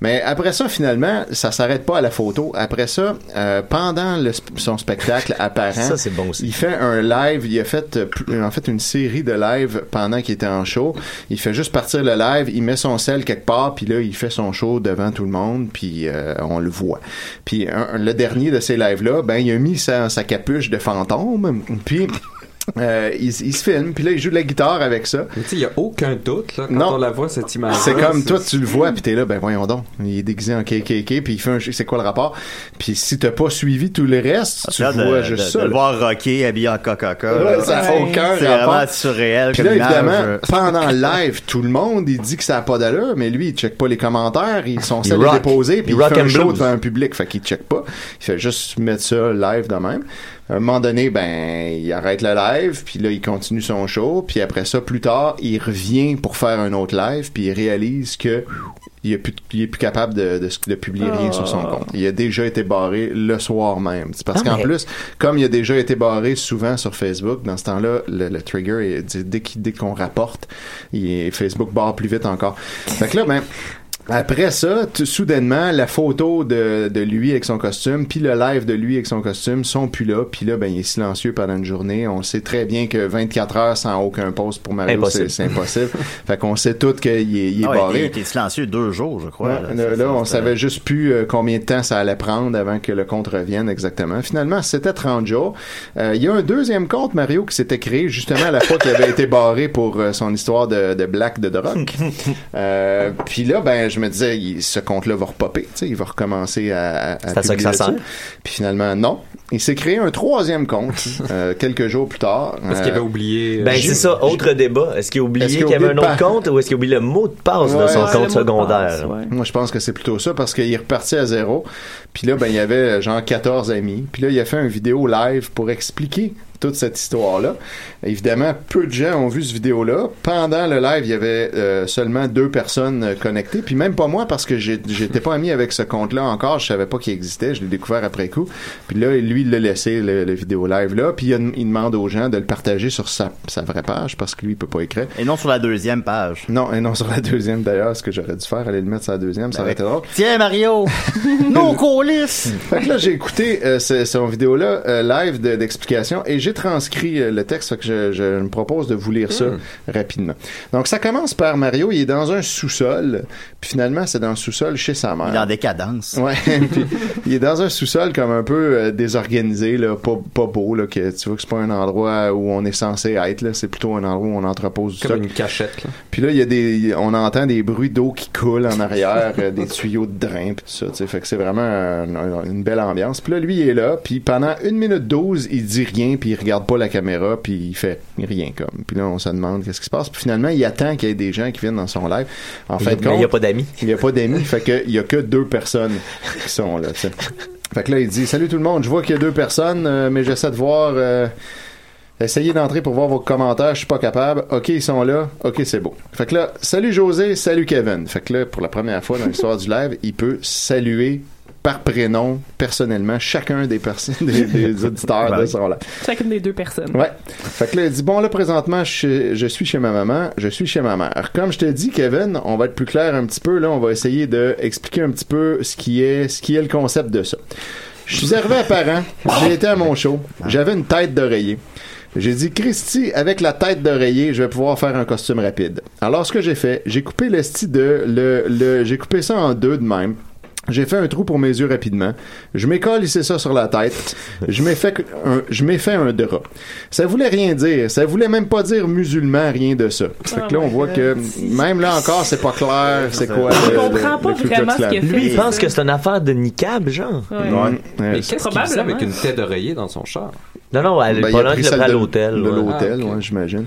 Mais après ça, finalement, ça s'arrête pas à la photo. Après ça, euh, pendant le sp- son
<laughs>
spectacle apparent,
Ça, c'est bon
il fait un live. Il a fait, euh, pl- en fait, une série de lives pendant qu'il était en show. Il fait juste partir le live, il met son sel quelque part, puis là, il fait son show devant tout le monde, puis euh, on le voit. Puis un- le dernier de ces lives-là, ben, il a mis sa, sa capuche de fantôme, puis euh, il, s- il se filme, puis là, il joue de la guitare avec ça.
Mais tu sais, il n'y a aucun doute, là, quand
Non.
on la voit, cette
Ah,
image.
C'est comme toi, tu le vois, puis t'es là, ben voyons donc, il est déguisé en KKK, puis il fait un... C'est quoi le rapport? Puis si t'as pas suivi tout le reste, tu
Là, de,
vois
de-
juste
euh, de
ça.
le
là.
voir rocker habillé en Coca-Cola.
Ouais,
là,
ça a
c'est-
aucun
C'est
rapport.
vraiment surréel.
Puis
comme
là, évidemment,
image. euh, <laughs>
pendant le live, tout le monde, il dit que ça n'a pas d'allure, mais lui, il check pas les commentaires, ils sont
Il
seuls
rock.
déposés, puis
Il
il,
rock
fait un
and
show
blues.
devant un public, fait qu'il check pas. Il fait juste mettre ça live de même. À un moment donné, ben, il arrête le live, puis là, il continue son show, puis après ça, plus tard, il revient pour faire un autre live, puis il réalise que il est plus, il est plus capable de, de, de publier rien sur son
Ah.
compte. Il a déjà été barré le soir même. C'est parce
Ah,
qu'en
mais-
plus, comme il a déjà été barré souvent sur Facebook, dans ce temps-là, le, le trigger, est- dès qu'il- dès qu'on rapporte, il est- Facebook barre plus vite encore. Fait que là, ben, Après ça, tout soudainement, la photo de, de lui avec son costume, puis le live de lui avec son costume sont plus là. Puis là, ben, il est silencieux pendant une journée. On sait très bien que 24 heures sans aucun poste pour Mario,
Impossible.
c'est
<laughs>
c'est impossible. fait qu'on sait tous qu'il est, il est
Ah ouais,
barré.
il était silencieux deux jours, je crois.
Ouais, là, là, on savait juste plus euh, combien de temps ça allait prendre avant que le compte revienne exactement. Finalement, c'était 30 jours. Euh, Il y a un deuxième compte, Mario, qui s'était créé justement à la fois qu'il avait été barré pour euh, son histoire de, de black
<laughs>
de drogue. Euh, Puis là, ben, je me disais, il- ce compte-là va repopper. tu sais, Il va recommencer à, à, à
C'est à ça que
publier
ça sert.
là-dessus. Puis finalement, non. Il s'est créé un
<laughs>
troisième compte euh, quelques jours plus tard. Euh,
Parce qu'il avait
oublié...
Ben, c'est ça, autre débat. Est-ce qu'il a oublié
Est-ce
qu'il
qu'il a
y avait un
oublié de
autre
pa-
compte ou est-ce qu'il a oublié le mot de passe dans
Ouais,
son
ouais,
compte
le mot de passe,
secondaire?
ouais. Moi, je pense que c'est plutôt ça parce qu'il est reparti à zéro. Puis là, ben, il y avait euh, genre 14 amis. Puis là, il a fait une vidéo live pour expliquer toute cette histoire-là. Évidemment, peu de gens ont vu cette vidéo-là. Pendant le live, il y avait euh, seulement deux personnes euh, connectées. Puis même pas moi parce que j'ai- j'étais pas ami avec ce compte-là encore. Je savais pas qu'il existait. Je l'ai découvert après coup. Puis là, lui, il l'a laissé, le, le vidéo live là. Puis il, a- il demande aux gens de le partager sur sa, sa vraie page parce que lui, il peut pas écrire.
Et non sur la deuxième page.
Non, et non sur la deuxième d'ailleurs, ce que j'aurais dû faire, aller le mettre sur la deuxième, ça aurait été drôle.
Ben Tiens,
<laughs>
Mario! Nos colis!
Fait que là, j'ai écouté euh, ce- son vidéo-là euh, live de- d'explication et j'ai transcrit euh, le texte, fait que je, je me propose de vous lire ça
Hmm.
rapidement. Donc, ça commence par Mario, il est dans un sous-sol, puis finalement, c'est dans le sous-sol chez sa mère. Il est en
décadence.
Ouais, <laughs> puis il est dans un sous-sol comme un peu euh, désorganisé, là, pas, pas beau, là, que tu vois que c'est pas un endroit où on est censé être, là, c'est plutôt un endroit où on entrepose du
Comme
stock.
une cachette, là.
Puis là, il y a des, on entend des bruits d'eau qui coulent en arrière, euh, des tuyaux de drain, puis tout ça. tu sais. Fait que c'est vraiment euh, une, une belle ambiance. Puis là, lui, il est là, puis pendant 1 minute 12, il dit rien, puis il regarde pas la caméra, puis il fait rien comme. Puis là, on se demande qu'est-ce qui se passe. Puis finalement, il attend qu'il y ait des gens qui viennent dans son live. En fait,
Mais il y a pas d'amis.
Il n'y a pas d'amis, fait que il y a que deux personnes qui sont là. tu sais. Fait que là, il dit Salut tout le monde, je vois qu'il y a deux personnes, euh, mais j'essaie de voir. euh, Essayez d'entrer pour voir vos commentaires, je suis pas capable. OK, ils sont là. OK, c'est beau. Fait que là, salut José, salut Kevin. Fait que là, pour la première fois dans l'histoire du live, il peut saluer par prénom, personnellement, chacun des, personnes <laughs> des, des auditeurs de son live.
Chacune des deux personnes.
Ouais. Fait que là, il dit bon là présentement je, je suis chez ma maman, je suis chez ma mère. Comme je te dis Kevin, on va être plus clair un petit peu là, on va essayer de expliquer un petit peu ce qui est ce qui est le concept de ça. Je suis arrivé à parents, j'ai été à mon show, j'avais une tête d'oreiller. J'ai dit Christy, avec la tête d'oreiller, je vais pouvoir faire un costume rapide. Alors ce que j'ai fait, j'ai coupé le style de le, le j'ai coupé ça en deux de même. J'ai fait un trou pour mes yeux rapidement. Je m'écolle ici ça sur la tête. Je m'ai fait un, je m'ai fait un drap. Ça voulait rien dire. Ça voulait même pas dire musulman, rien de ça.
Ah
Fait que là, on voit que même là encore, c'est pas clair. C'est quoi
On
le-
comprend
le-
pas
le Ku Klux
vraiment ce
Klan.
qu'il a fait.
Lui, il pense que c'est une affaire de niqab, genre.
Ouais. Ouais.
Mais qu'est-ce qu'il faisait avec
Probablement.
une tête d'oreiller dans son char?
Non, non, elle,
Ben, il a
pas loin
pris
qu'il l'a
celle
pris à
de-
l'hôtel. Ah,
de
Ah,
l'hôtel,
ouais, j'imagine.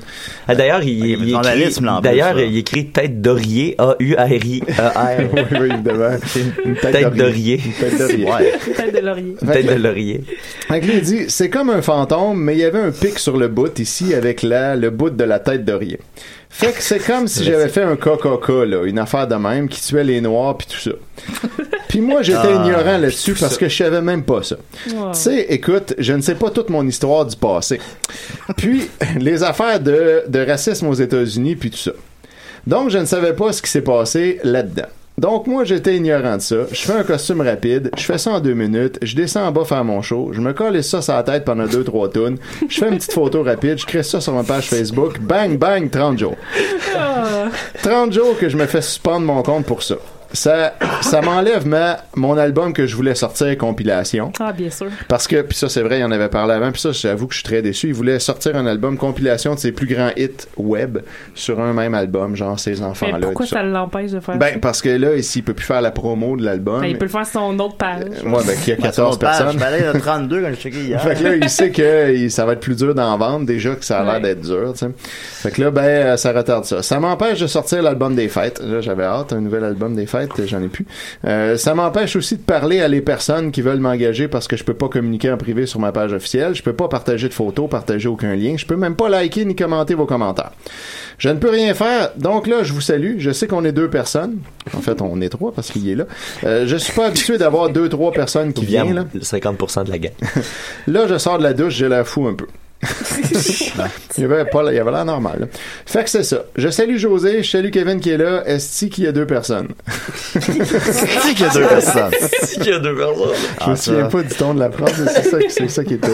D'ailleurs, il, il
dans la liste,
écrit,
mais en plus,
d'ailleurs,
là.
il écrit tête d'oreiller, E A-U-R-I-E-R.
<laughs> oui, oui, évidemment. Une
tête d'oreiller.
Une tête d'oreiller.
<laughs> Tête de laurier.
Tête de laurier.
Fait que là, il dit, c'est comme un fantôme, mais il y avait un pic sur le bout ici avec la, le bout de la tête d'oreiller. Fait que c'est
<laughs>
comme si j'avais fait un coca là, une affaire de même qui tuait les noirs puis tout ça. Puis moi, j'étais
Ah,
ignorant là-dessus
puis
parce
ça.
que je savais même pas ça.
Wow.
Tu sais, écoute, je ne sais pas toute mon histoire du passé. Puis les affaires de, de racisme aux États-Unis puis tout ça. Donc, je ne savais pas ce qui s'est passé là-dedans. Donc, moi, j'étais ignorant de ça. Je fais un costume rapide. Je fais ça en deux minutes. Je descends en bas faire mon show. Je me colle ça sur la tête pendant deux, trois tonnes. Je fais une petite photo rapide. Je crée ça sur ma page Facebook. Bang, bang, 30 jours.
Ah,
30 jours que je me fais suspendre mon compte pour ça. Ça, ça m'enlève ma, mon album que je voulais sortir, compilation.
Ah, bien sûr.
Parce que, puis ça c'est vrai, il en avait parlé avant, puis ça j'avoue que je suis très déçu. Il voulait sortir un album compilation de ses plus grands hits web sur un même album, genre ces enfants-là.
Mais
et
pourquoi
tout ça.
ça l'empêche de faire ça?
Ben, parce que là, ici, il peut plus faire la promo de l'album.
Ben, il peut le faire sur son autre page.
Ouais, ben, qu'il ben, y a 14 personnes.
Je parlais de 32 quand je checkais hier.
Fait que là,
<laughs>
il sait que il- ça va être plus dur d'en vendre, déjà que ça a l'air d'être dur, tu sais. Fait que là, ben, euh, ça retarde ça. Ça m'empêche de sortir l'album des fêtes. Là, j'avais hâte, un nouvel album des fêtes, j'en ai plus. Euh, ça m'empêche aussi de parler à les personnes qui veulent m'engager parce que je peux pas communiquer en privé sur ma page officielle. Je peux pas partager de photos, partager aucun lien. Je peux même pas liker ni commenter vos commentaires. Je ne peux rien faire. Donc là, je vous salue. Je sais qu'on est deux personnes. En fait, on est trois parce qu'il est là. Euh, je suis pas habitué d'avoir deux, trois personnes qui viennent, là. <laughs>
50% de la gang.
Là, je sors de la douche, j'ai la fou un peu. il avait pas il avait l'air normal. là. Fait que c'est ça. Je salue José, je salue Kevin qui est là. Esti qu'il y a deux personnes.
Esti
qu'il y a
<laughs>
deux personnes. Ah,
Esti qu'il y a deux personnes.
Je me souviens pas du ton de la phrase, mais c'est ça, c'est ça qui était.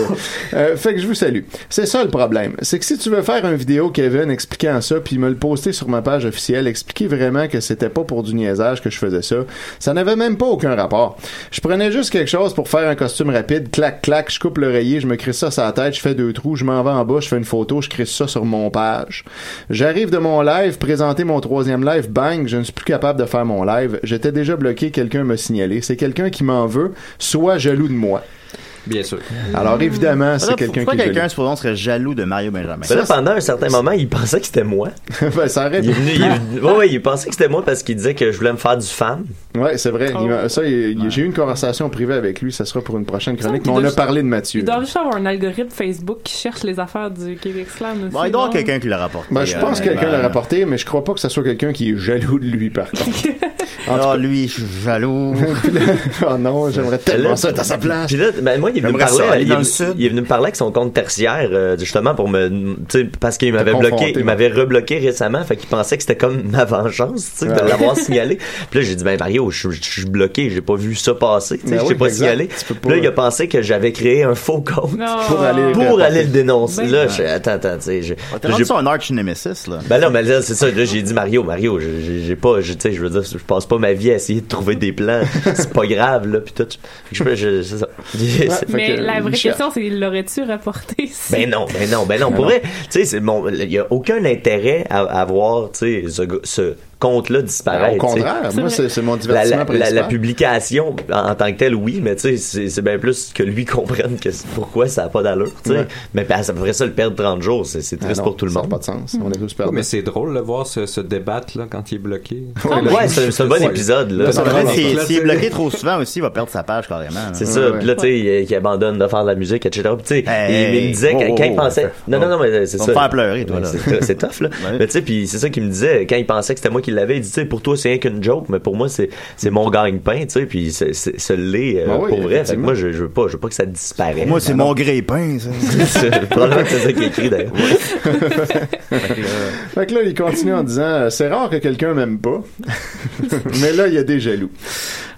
Euh, fait que je vous salue. C'est ça le problème. C'est que si tu veux faire une vidéo, Kevin, expliquant ça, puis me le poster sur ma page officielle, expliquer vraiment que c'était pas pour du niaisage que je faisais ça, ça n'avait même pas aucun rapport. Je prenais juste quelque chose pour faire un costume rapide, clac, clac, je coupe l'oreiller, je me crée ça sur la tête, je fais deux trous, je m'en vais en bas, je fais une photo, je crée ça sur mon page. J'arrive de mon live, présenter mon troisième live, bang, je ne suis plus capable de faire mon live. J'étais déjà bloqué, quelqu'un m'a signalé. C'est quelqu'un qui m'en veut, soit jaloux de moi.
Ah, Bien sûr.
Alors évidemment, c'est
Pourquoi-
quelqu'un qui
Pourquoi
est jaloux.
quelqu'un, supposons, serait jaloux de Mario Benjamin?
Mais là, pendant un certain moment, il pensait que c'était moi.
<laughs> ben, ça aurait
Il, est venu- il, est venu- ouais, ouais, il pensait que c'était moi parce qu'il disait que je voulais me faire du fan.
Ouais, c'est vrai. Il
Oh.
m'a- ça, il- il- j'ai eu une conversation privée avec lui. Ça sera pour une prochaine chronique.
Il
Mais on
doit
a
juste-
parlé de
<laughs>
Mathieu.
Il doit juste avoir un algorithme Facebook qui cherche les affaires du Québec Slam. aussi,
il doit y avoir
non?
quelqu'un qui l'a rapporté. euh,
Ben, je pense que quelqu'un l'a rapporté, mais je crois pas que ce soit quelqu'un qui est jaloux de lui,
<laughs>
par contre. En tout
Ah, lui, je suis jaloux.
<laughs> oh non, j'aimerais tellement ça être à sa place.
Puis là, ben, moi, il est venu me
J'aimerais ça,
parler,
aller
il,
dans
est
le
venu- il est venu me parler avec son compte tertiaire, euh, justement, pour me, tu sais, parce qu'il m'avait bloqué,
confronter,
il m'avait rebloqué récemment, fait qu'il pensait que c'était comme <laughs> ma vengeance, tu sais,
Ouais.
de l'avoir signalé. Puis là, j'ai dit, ben, Mario, je suis- je suis bloqué, j'ai pas vu ça passer, tu sais,
Ben
je t'ai
oui,
pas
exact.
signalé.
Tu peux pas-
Puis là, il a pensé que j'avais créé un faux compte
Pour aller
pour aller le
le rapporter.
dénoncer.
Ben,
là,
ouais.
j'ai- attends, attends, tu sais, j'ai-
T'as
j'ai-
rendu son arch nemesis, là.
ben non, mais là, c'est ça. Là, j'ai dit Mario, Mario, j'ai- j'ai j'ai pas, je- tu sais, je veux dire, je passe pas ma vie à essayer de trouver des
<laughs>
plans. C'est pas grave, là, puis tout. Je, je- je- c'est ça. C'est-
Mais
fait que-
la vraie
je-
question, c'est l'aurais-tu rapporté <laughs> si-
Ben non, ben non, ben non. Pour vrai, tu sais, c'est bon, il y a aucun intérêt à, à voir, tu sais, ce, go- ce compte-là disparaître.
Au
tu sais.
contraire, moi, c'est c'est mon
La,
divertissement
la, la-
principal.
la publication en, en tant que telle, oui, mais tu sais, c'est- c'est bien plus que lui <laughs> comprenne que c'est- pourquoi ça n'a pas d'allure, tu sais.
Ouais.
Mais ben, ça pourrait ça le perdre 30 jours, c'est c'est
Ah
triste
non,
pour tout le
ça
monde.
n'a pas de sens. On est tous perdus.
mais c'est drôle de voir ce, ce débattre là, quand il est bloqué.
Ouais, ouais, c'est un- c'est un bon épisode. Là.
Parce que là, s'il- S'il est bloqué trop souvent aussi, il va perdre sa page carrément. hein. là.
C'est ça. Puis là, tu sais, il- il abandonne de faire de la musique, etc. Puis, tu sais,
Hey,
il, il me disait,
oh,
quand,
oh,
quand il
oh.
pensait. Non, non, non, mais euh, c'est
On
ça.
va te faire pleurer, toi,
Ouais,
là.
c'est- C'est tough,
<laughs>
là. Mais, tu sais, puis c'est ça qu'il me disait. Quand il pensait que c'était moi qui l'avais, il dit, tu sais, pour toi, c'est rien qu'une joke, mais pour moi, c'est c'est mon gagne-pain, tu sais, puis c'est- c'est- ça l'est euh,
Ah oui,
pour vrai. Fait que
effectivement.
moi, je, je veux pas, je veux pas que ça disparaisse.
Moi, c'est
Ah non.
mon grépin, ça.
<laughs> C'est probablement que c'est ça qui est écrit, d'ailleurs.
<laughs>
euh,
Fait que là, il continue en disant euh, C'est rare que quelqu'un m'aime pas, <laughs> mais là, il y a des jaloux.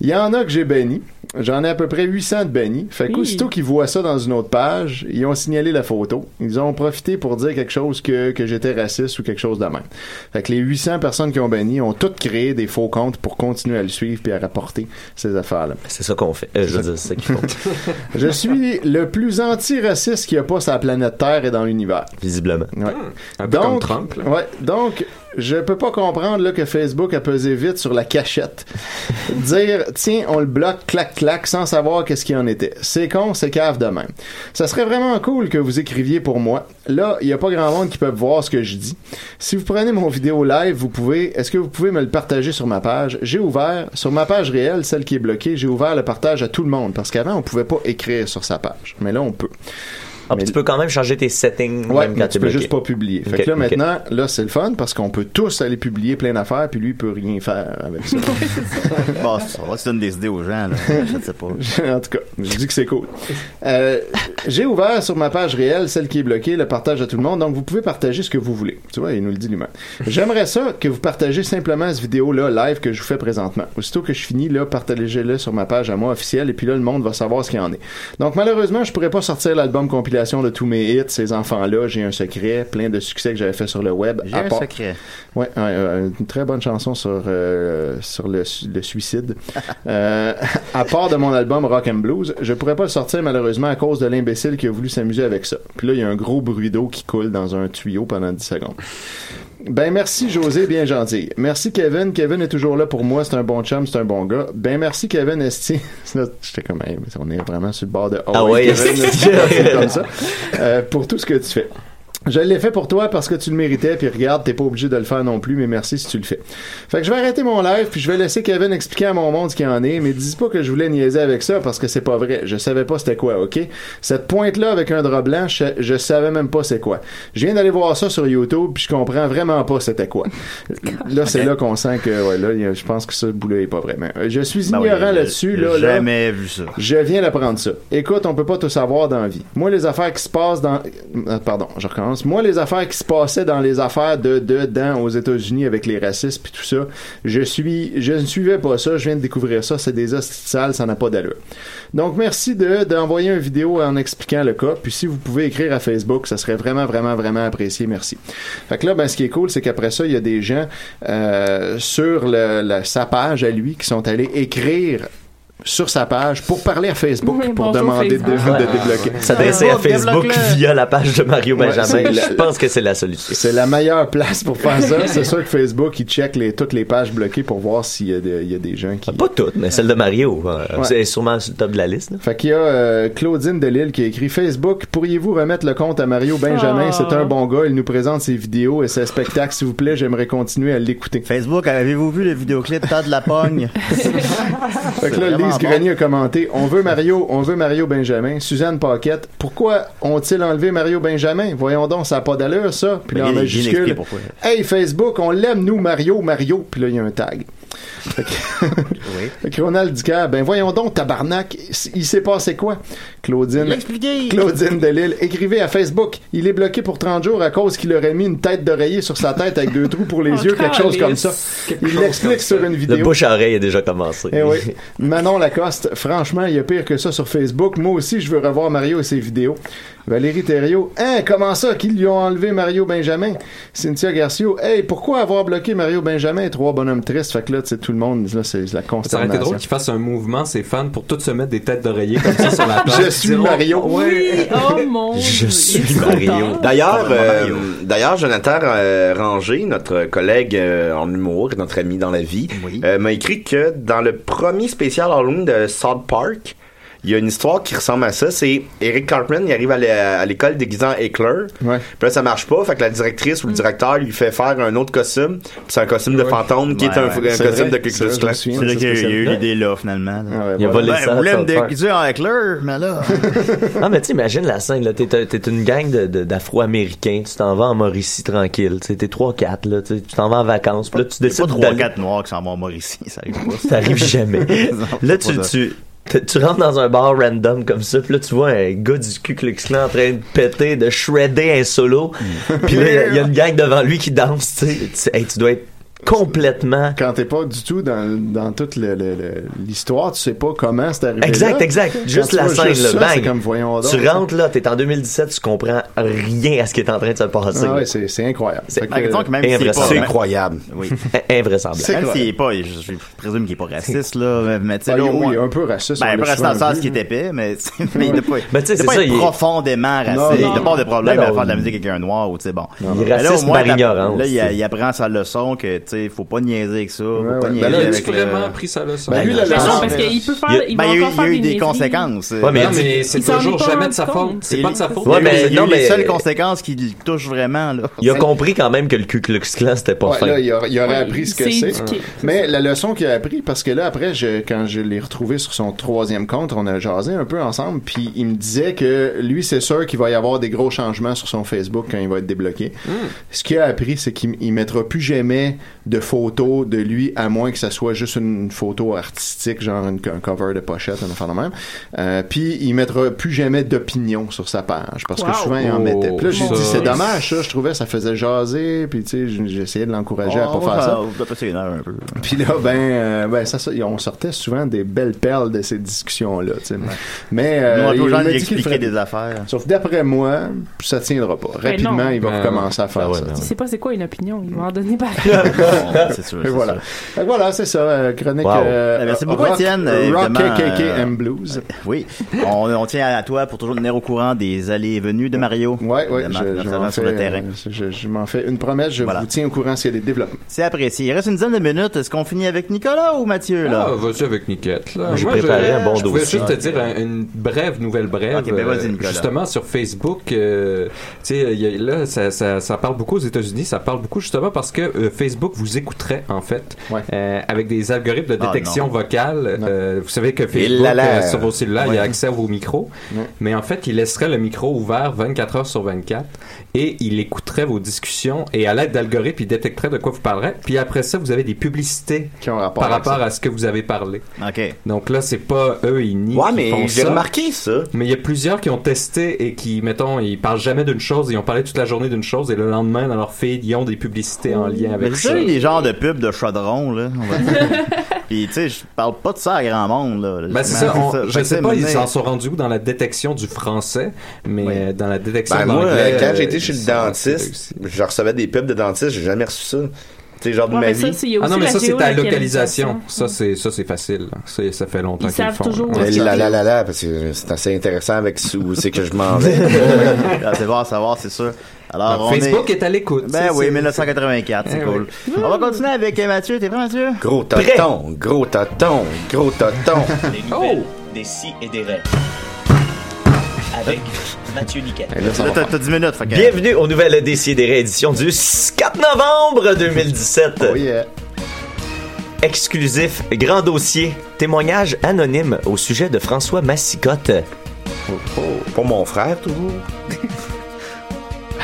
Il y en a que j'ai banni. J'en ai à peu près 800 de bannis. Fait qu'aussitôt qu'ils voient ça dans une autre page, ils ont signalé la photo. Ils ont profité pour dire quelque chose que, que j'étais raciste ou quelque chose de même. Fait que les 800 personnes qui ont banni ont toutes créé des faux comptes pour continuer à le suivre puis à rapporter ces affaires-là.
C'est ça qu'on fait. Euh, je veux dire, c'est ça qu'il faut.
<laughs> Je suis le plus antiraciste qui a pas sa planète Terre et dans l'univers.
Visiblement.
Ouais.
Ah. Un peu comme Trump, là.
Ouais, donc, je peux pas comprendre là, que Facebook a pesé vite sur la cachette. Dire, tiens, on le bloque, clac, clac, sans savoir qu'est-ce qu'il en était. C'est con, c'est cave de même. Ça serait vraiment cool que vous écriviez pour moi. Là, il y a pas grand monde qui peut voir ce que je dis. Si vous prenez mon vidéo live, vous pouvez, est-ce que vous pouvez me le partager sur ma page? J'ai ouvert, sur ma page réelle, celle qui est bloquée, j'ai ouvert le partage à tout le monde. Parce qu'avant, on pouvait pas écrire sur sa page. Mais là, on peut.
Ah, puis tu peux quand même changer tes settings,
Ouais,
même quand
mais tu
t'es
peux
bloqué.
juste pas publier. Fait
Ok,
que là,
ok.
maintenant, là, c'est le fun parce qu'on peut tous aller publier plein d'affaires, puis lui, il peut rien faire avec ça.
<laughs> Bon, ça va, tu donnes des idées aux gens, là. Je sais pas.
<laughs> en tout cas, je dis que c'est cool. Euh, J'ai ouvert sur ma page réelle, celle qui est bloquée, le partage à tout le monde, donc vous pouvez partager ce que vous voulez. Tu vois, il nous le dit lui-même. J'aimerais ça que vous partagez simplement cette vidéo-là, live, que je vous fais présentement. Aussitôt que je finis, là, partagez-le sur ma page à moi officielle, et puis là, le monde va savoir ce qu'il en est. Donc, malheureusement, je pourrais pas sortir l'album compilation de tous mes hits, ces enfants-là. J'ai un secret, plein de succès que j'avais fait sur le web.
J'ai
à
un
part-
secret.
Ouais, un- un- une très bonne chanson sur euh, sur le, su-
<laughs>
le suicide. Euh, à part de mon album Rock and Blues, je pourrais pas le sortir malheureusement à cause de l'imbécile qui a voulu s'amuser avec ça. Puis là, il y a un gros bruit d'eau qui coule dans un tuyau pendant 10 secondes. Ben merci José, bien gentil. Merci Kevin, Kevin est toujours là pour moi, c'est un bon chum, c'est un bon gars. Ben merci Kevin Esti. <laughs> J'étais comme hey, on est vraiment sur le bord de Oh,
<laughs> Ah ouais,
Kevin,
c'est-
c'est comme ça. Euh, pour tout ce que tu fais. Je l'ai fait pour toi parce que tu le méritais, puis regarde, t'es pas obligé de le faire non plus, mais merci si tu le fais. Fait que je vais arrêter mon live, puis je vais laisser Kevin expliquer à mon monde ce qu'il en est, mais dis pas que je voulais niaiser avec ça parce que c'est pas vrai. Je savais pas c'était quoi, ok? Cette pointe-là avec un drap blanc, je, je savais même pas c'est quoi. Je viens d'aller voir ça sur YouTube, puis je comprends vraiment pas c'était quoi. Là, c'est là qu'on sent que, ouais, là, il y a- je pense que ce bout-là est pas vrai. Mais, euh, je suis
Ben oui,
ignorant
j'ai-
là-dessus,
j'ai
là. là.
jamais vu ça.
Je viens d'apprendre ça. Écoute, on peut pas tout savoir dans la vie. Moi, les affaires qui se passent dans... euh, Pardon, je recommence. Moi, les affaires qui se passaient dans les affaires de dedans aux États-Unis avec les racistes puis tout ça, je suis... Je ne suivais pas ça. Je viens de découvrir ça. C'est des hosties sales. Ça n'a pas d'allure. Donc, merci de d'envoyer une vidéo en expliquant le cas. Puis si vous pouvez écrire à Facebook, ça serait vraiment, vraiment, vraiment apprécié. Merci. Fait que là, ben, ce qui est cool, c'est qu'après ça, il y a des gens euh, sur le- la- sa page à lui qui sont allés écrire sur sa page pour parler à Facebook
Oui,
pour
bonjour,
demander de,
Facebook.
de
Ouais.
débloquer.
S'adresser à Facebook via la page de Mario
Ouais,
Benjamin.
c'est la-
je pense que c'est la solution.
C'est la meilleure place pour faire
<laughs>
ça. C'est sûr que Facebook, il check les, toutes les pages bloquées pour voir s'il y, a des- il y a des gens qui...
Ah, Pas toutes, mais celle de Mario. euh,
Ouais.
C'est sûrement sur le top de la liste. là.
Fait qu'il y a euh, Claudine Delille qui a écrit Facebook, pourriez-vous remettre le compte à Mario Benjamin?
Ah.
C'est un bon gars, il nous présente ses vidéos et ses spectacles, s'il vous plaît, j'aimerais continuer à l'écouter.
Facebook, avez-vous vu le vidéoclip T'as de la
<laughs>
pogne?
Fait que là,
Ah, C'est
Lise
vraiment
Grenier a commenté On veut Mario, on veut Mario Benjamin. Suzanne Paquette, pourquoi ont-ils enlevé Mario Benjamin Voyons donc, ça n'a pas d'allure, ça. Puis là,
Ben,
en
il- il
majuscule,
explique pourquoi.
Hey Facebook, on l'aime, nous, Mario, Mario. Puis là, il y a un tag.
<laughs>
Fait que- Fait que Ronald Ducard, ben voyons donc, tabarnak, il s'est passé quoi Claudine.
L'expliquer.
Claudine Delille, écrivez à Facebook. Il est bloqué pour 30 jours à cause qu'il aurait mis une tête d'oreiller sur sa tête avec deux trous pour les yeux, quelque chose comme ça. Il l'explique sur une
Le
vidéo.
bouche à oreille a déjà commencé.
Eh oui.
<laughs>
Manon Lacoste, franchement, il y a pire que ça sur Facebook. Moi aussi, je veux revoir Mario et ses vidéos. Valérie Thériault, hein, comment ça qu'ils lui ont enlevé Mario Benjamin? Cynthia Garcio, hey, pourquoi avoir bloqué Mario Benjamin? Trois bonhommes tristes. Fait que là, tu sais, tout le monde, là, c'est la
Ça aurait été
consternation.
drôle qu'ils fassent un mouvement, ses fans, pour tous se mettre des têtes d'oreiller comme
<laughs>
ça sur la tête.
Je suis Mario.
Oui, oh mon
Je
suis
Mario.
D'ailleurs, euh, d'ailleurs, Jonathan euh, Ranger, notre collègue euh, en humour, notre ami dans la vie, euh, m'a écrit que dans le premier spécial Halloween de South Park, il y a une histoire qui ressemble à ça. C'est Eric Cartman, il arrive à l'é- à l'école déguisant Eckler. Puis là, ça marche pas. Fait que la directrice ou le directeur lui fait faire un autre costume. Puis c'est un costume de fantôme qui est
Ouais,
un,
ouais.
un
C'est
costume
vrai,
de
c'est vrai,
Cucus
je me
Clan.
souviens de ce C'est vrai qu'il y a eu spécial. l'idée là, finalement.
Il a volé ça à
ben, vous voulez me
South Park.
déguiser en éclair, mais là.
Ah, mais tu imagines la scène, là. T'es, t'es une gang de, de- d'afro-américains. Tu t'en vas en Mauricie tranquille. tu sais, T'es 3-4, là. tu sais, Tu t'en vas en vacances. Puis là, tu décides.
pas trois,
d'aller-
quatre noirs qui s'en vont en Mauricie, ça arrive pas.
<laughs> <laughs> Ça arrive jamais.
<laughs> Non,
là,
pas
tu,
ça.
tu, tu- tu rentres dans un bar random comme ça, puis là, tu vois un gars du Ku Klux Klan en train de péter, de shredder un solo.
Mm.
Puis là, il y a- il
<laughs>
y a une gang devant lui qui danse, tu sais. Tu- hey, tu dois être complètement.
Quand t'es pas du tout dans, dans toute le- le- le- l'histoire, tu sais pas comment c'est arrivé.
Exact,
là.
exact.
Quand
Juste
tu
la
vois
scène,
juste
là.
ça, c'est
bang.
comme voyons donc.
tu rentres là, t'es en 2017, tu comprends rien à ce qui est en train de se passer.
Ah ouais, c'est c'est incroyable. Fait que-
incroyable. Oui. <laughs> Invraisemblable.
Même s'il est pas, je, je présume qu'il est pas raciste, là, mais tu sais,
Ah,
là, au
oui,
moins-
oui, un peu raciste,
Ben,
on
un peu
l'a
raciste dans le
souvent
sens
vu,
qu'il est épais, mais, <laughs> mais il n'a pas,
Mais tu sais,
il a
c'est
pas
ça,
être
il est-
profondément
Non,
raciste.
non.
il n'a pas de problème
Ben
à
non.
faire de la musique avec un noir ou, tu sais, bon.
Il est
Mais là, au
raciste
moins,
par
t'app-
ignorance,
Là, il,
tu sais.
il apprend sa leçon que, tu sais, il faut pas niaiser avec ça. Faut
Ouais,
pas
ouais.
niaiser
Ben là, il a
avec le-
vraiment appris sa leçon.
Ben,
Ben, lui, la
il a-
leçon,
ben,
parce
qu'il peut faire- il
ben,
va
il y a
encore
eu-
faire
il y a eu
des
des
niaiseries.
conséquences.
Ouais, mais-
Euh,
Non, mais c'est
il s'en est
toujours
pas
jamais de
rendu
sa faute.
compte.
C'est pas de sa faute.
Ouais,
Il y a eu-
mais
il y a eu
non,
les
mais
seules
seules conséquences qui le touchent vraiment, là.
Il a compris quand même que le Ku Klux Klan, c'était pas
Ouais,
fin.
là, il aura- il aurait appris ce que
s'est
c'est.
éduqué.
Mais la leçon qu'il a appris, parce que là, après, je- quand je l'ai retrouvé sur son troisième compte, on a jasé un peu ensemble, puis il me disait que lui, c'est sûr qu'il va y avoir des gros changements sur son Facebook quand il va être débloqué. Ce qu'il a appris, c'est qu'il il mettra plus jamais de photos de lui, à moins que ça soit juste une photo artistique, genre une- un cover de pochette, un affaire de même. Euh, puis il mettra plus jamais d'opinion sur sa page, parce
Wow.
que souvent, il en
Oh,
mettait. Puis là, j'ai
ça,
dit, c'est
c'est-
dommage, ça, je trouvais, ça faisait jaser, puis tu sais, j- j'essayais de l'encourager à
On
Oh,
pas
va
faire ça.
on va passer une heure un peu.
Puis là, ben, euh, ben ça, ça, on sortait souvent des belles perles de ces discussions-là. tu sais. Mais
Nous, on
euh,
a
il
toujours lui
m'a dit qu'il
expliquer
ferait-
des affaires.
Sauf d'après moi, ça tiendra pas.
Ben non.
Rapidement, il va
Ben
recommencer à faire ça.
Tu sais pas c'est quoi une opinion, il va en donner par
<laughs>
c'est sûr,
Et
c'est
voilà.
sûr.
Fait que voilà, c'est ça. euh, Chronique.
Wow.
euh,
Eh bien, Merci beaucoup,
rock-
Étienne.
Rock,
Évidemment,
KKK
euh,
and Blues.
euh, Oui. On, on tient à toi pour toujours tenir au courant des allées et venues de Mario. Oui,
Ouais, je, je m'en
sur
fais,
le terrain.
euh, je- je m'en fais une promesse. Je vous tiens au courant s'il y a des développements.
C'est apprécié. Il reste une dizaine de minutes. Est-ce qu'on finit avec Nicolas ou Mathieu, là?
Ah, vas-y avec Niquette. Là.
J'ai
Moi,
préparé
je,
un bon
je voulais
dossier.
juste te dire un- une brève nouvelle brève.
Ok, ben vas-y,
Euh,
Nicolas.
justement, sur Facebook, euh, tu sais, il y a- là, ça, ça- ça parle beaucoup aux États-Unis. Ça parle beaucoup justement parce que euh, Facebook vous écouterait, en fait, euh, avec des algorithmes de
Ah,
détection
non.
vocale. Euh, vous savez que
Il
Facebook,
l'a l'air.
euh, sur vos cellulaires, il y a
Ouais.
accès à vos micros. Mais en fait, il laisserait le micro ouvert 24 heures sur 24 et il écouterait vos discussions et à l'aide d'algorithmes, il détecterait de quoi vous parlerez. Puis après ça, vous avez des publicités par
avec
rapport
ça.
à ce que vous avez parlé. Donc là, c'est pas eux, ils nient.
Ouais,
qu'ils
mais
font
j'ai
ça.
remarqué ça.
Mais il y a plusieurs qui ont testé et qui, mettons, ils parlent jamais d'une chose, ils ont parlé toute la journée d'une chose et le lendemain, dans leur feed, ils ont des publicités en lien
Mais
avec
c'est
ça.
ça, les genres de pubs de chaudron, là. on va
<laughs>
dire. Puis, tu sais, je parle pas de ça à grand monde, là.
Ben, c'est
Mais
ça, on-
c'est ça.
je
Fait que,
sais
tu
pas, ils
maintenant-
s'en sont rendus où dans la détection du français, mais euh, dans la détection
Ben,
de
moi,
l'anglais,
euh, quand
euh,
j'ai été chez
ils
le
sont assez
dentiste, je recevais des pubs de dentiste, j'ai jamais reçu ça. Tu sais, genre de
Ouais,
ma
mais ça,
vie.
c'est- il y a
Ah non,
aussi
mais
la
ça, c'est ta localisation.
géolocalisation.
Ça, c'est, ça, c'est facile. Ça, ça fait longtemps
Ils
qu'ils le
savent
font.
toujours
là.
Eh là là là là, parce que c'est assez intéressant avec ce- où c'est que je m'en
<laughs>
vais.
Ah, c'est bon à savoir, c'est sûr. Alors,
Alors,
on
Facebook
est à l'écoute.
Ben
c'est-
oui,
c'est-
1984, c'est
Eh
cool. On va continuer avec euh, Mathieu. T'es prêt, Mathieu?
Gros toton, gros toton, gros toton.
Les nouvelles des si et des rêves. Avec Mathieu
Ben,
Niquette.
T'as t'as 10 minutes, fait que-
Bienvenue aux nouvelles Décidérées, édition du 4 novembre 2017. Exclusif, grand dossier, témoignage anonyme au sujet de François Massicotte.
Oh, Pour mon frère, toujours.
Ah,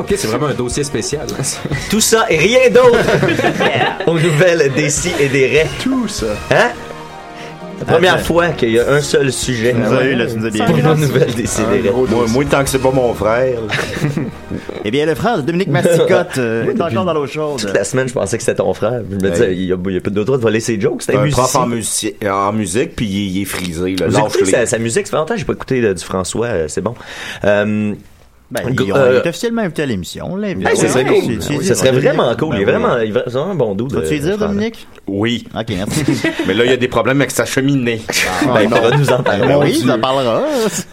Ok, c'est vraiment un dossier spécial. <laughs>
Tout ça et rien d'autre aux nouvelles des si et des raies.
Tout ça.
Hein? La première
Ah, ben.
fois qu'il y a un seul sujet.
Tu nous as eu, là, tu nous as bien
Pour
eu.
nos nouvelles des
Un gros dossier. Moi, moi, tant que c'est pas mon frère.
<laughs> Eh bien, le frère de Dominique Massicotte euh, est encore dans euh. l'eau chaude.
Toute la semaine, je pensais que c'était ton frère. Je me
Ben
Hey.
disais, il y a, il y a pas de droit de voler ses jokes. C'était
un
un
prof en,
musicien.
musici-
euh,
en musique, puis il, il est frisé. Là,
Vous
lâche
écoutez sa, sa musique, ça fait longtemps que j'ai pas écouté euh, du François, euh, c'est bon. Euh,
Ben, il,
go-
on-
euh,
il est officiellement invité à l'émission. là,
hey, ça serait
évidemment.
cool. Ah
C'est-
oui,
c'est-
ça serait
c'est-
vraiment cool. il
Ben
est
oui.
vraiment, il est vraiment un bon doute.
Vas-tu lui dire, Dominique?
Oui.
Ok, merci.
Mais là, il y a des problèmes avec sa cheminée.
Ah,
Ben, il pourra nous en parler.
Mon
Oui, il en
Dieu.
parlera.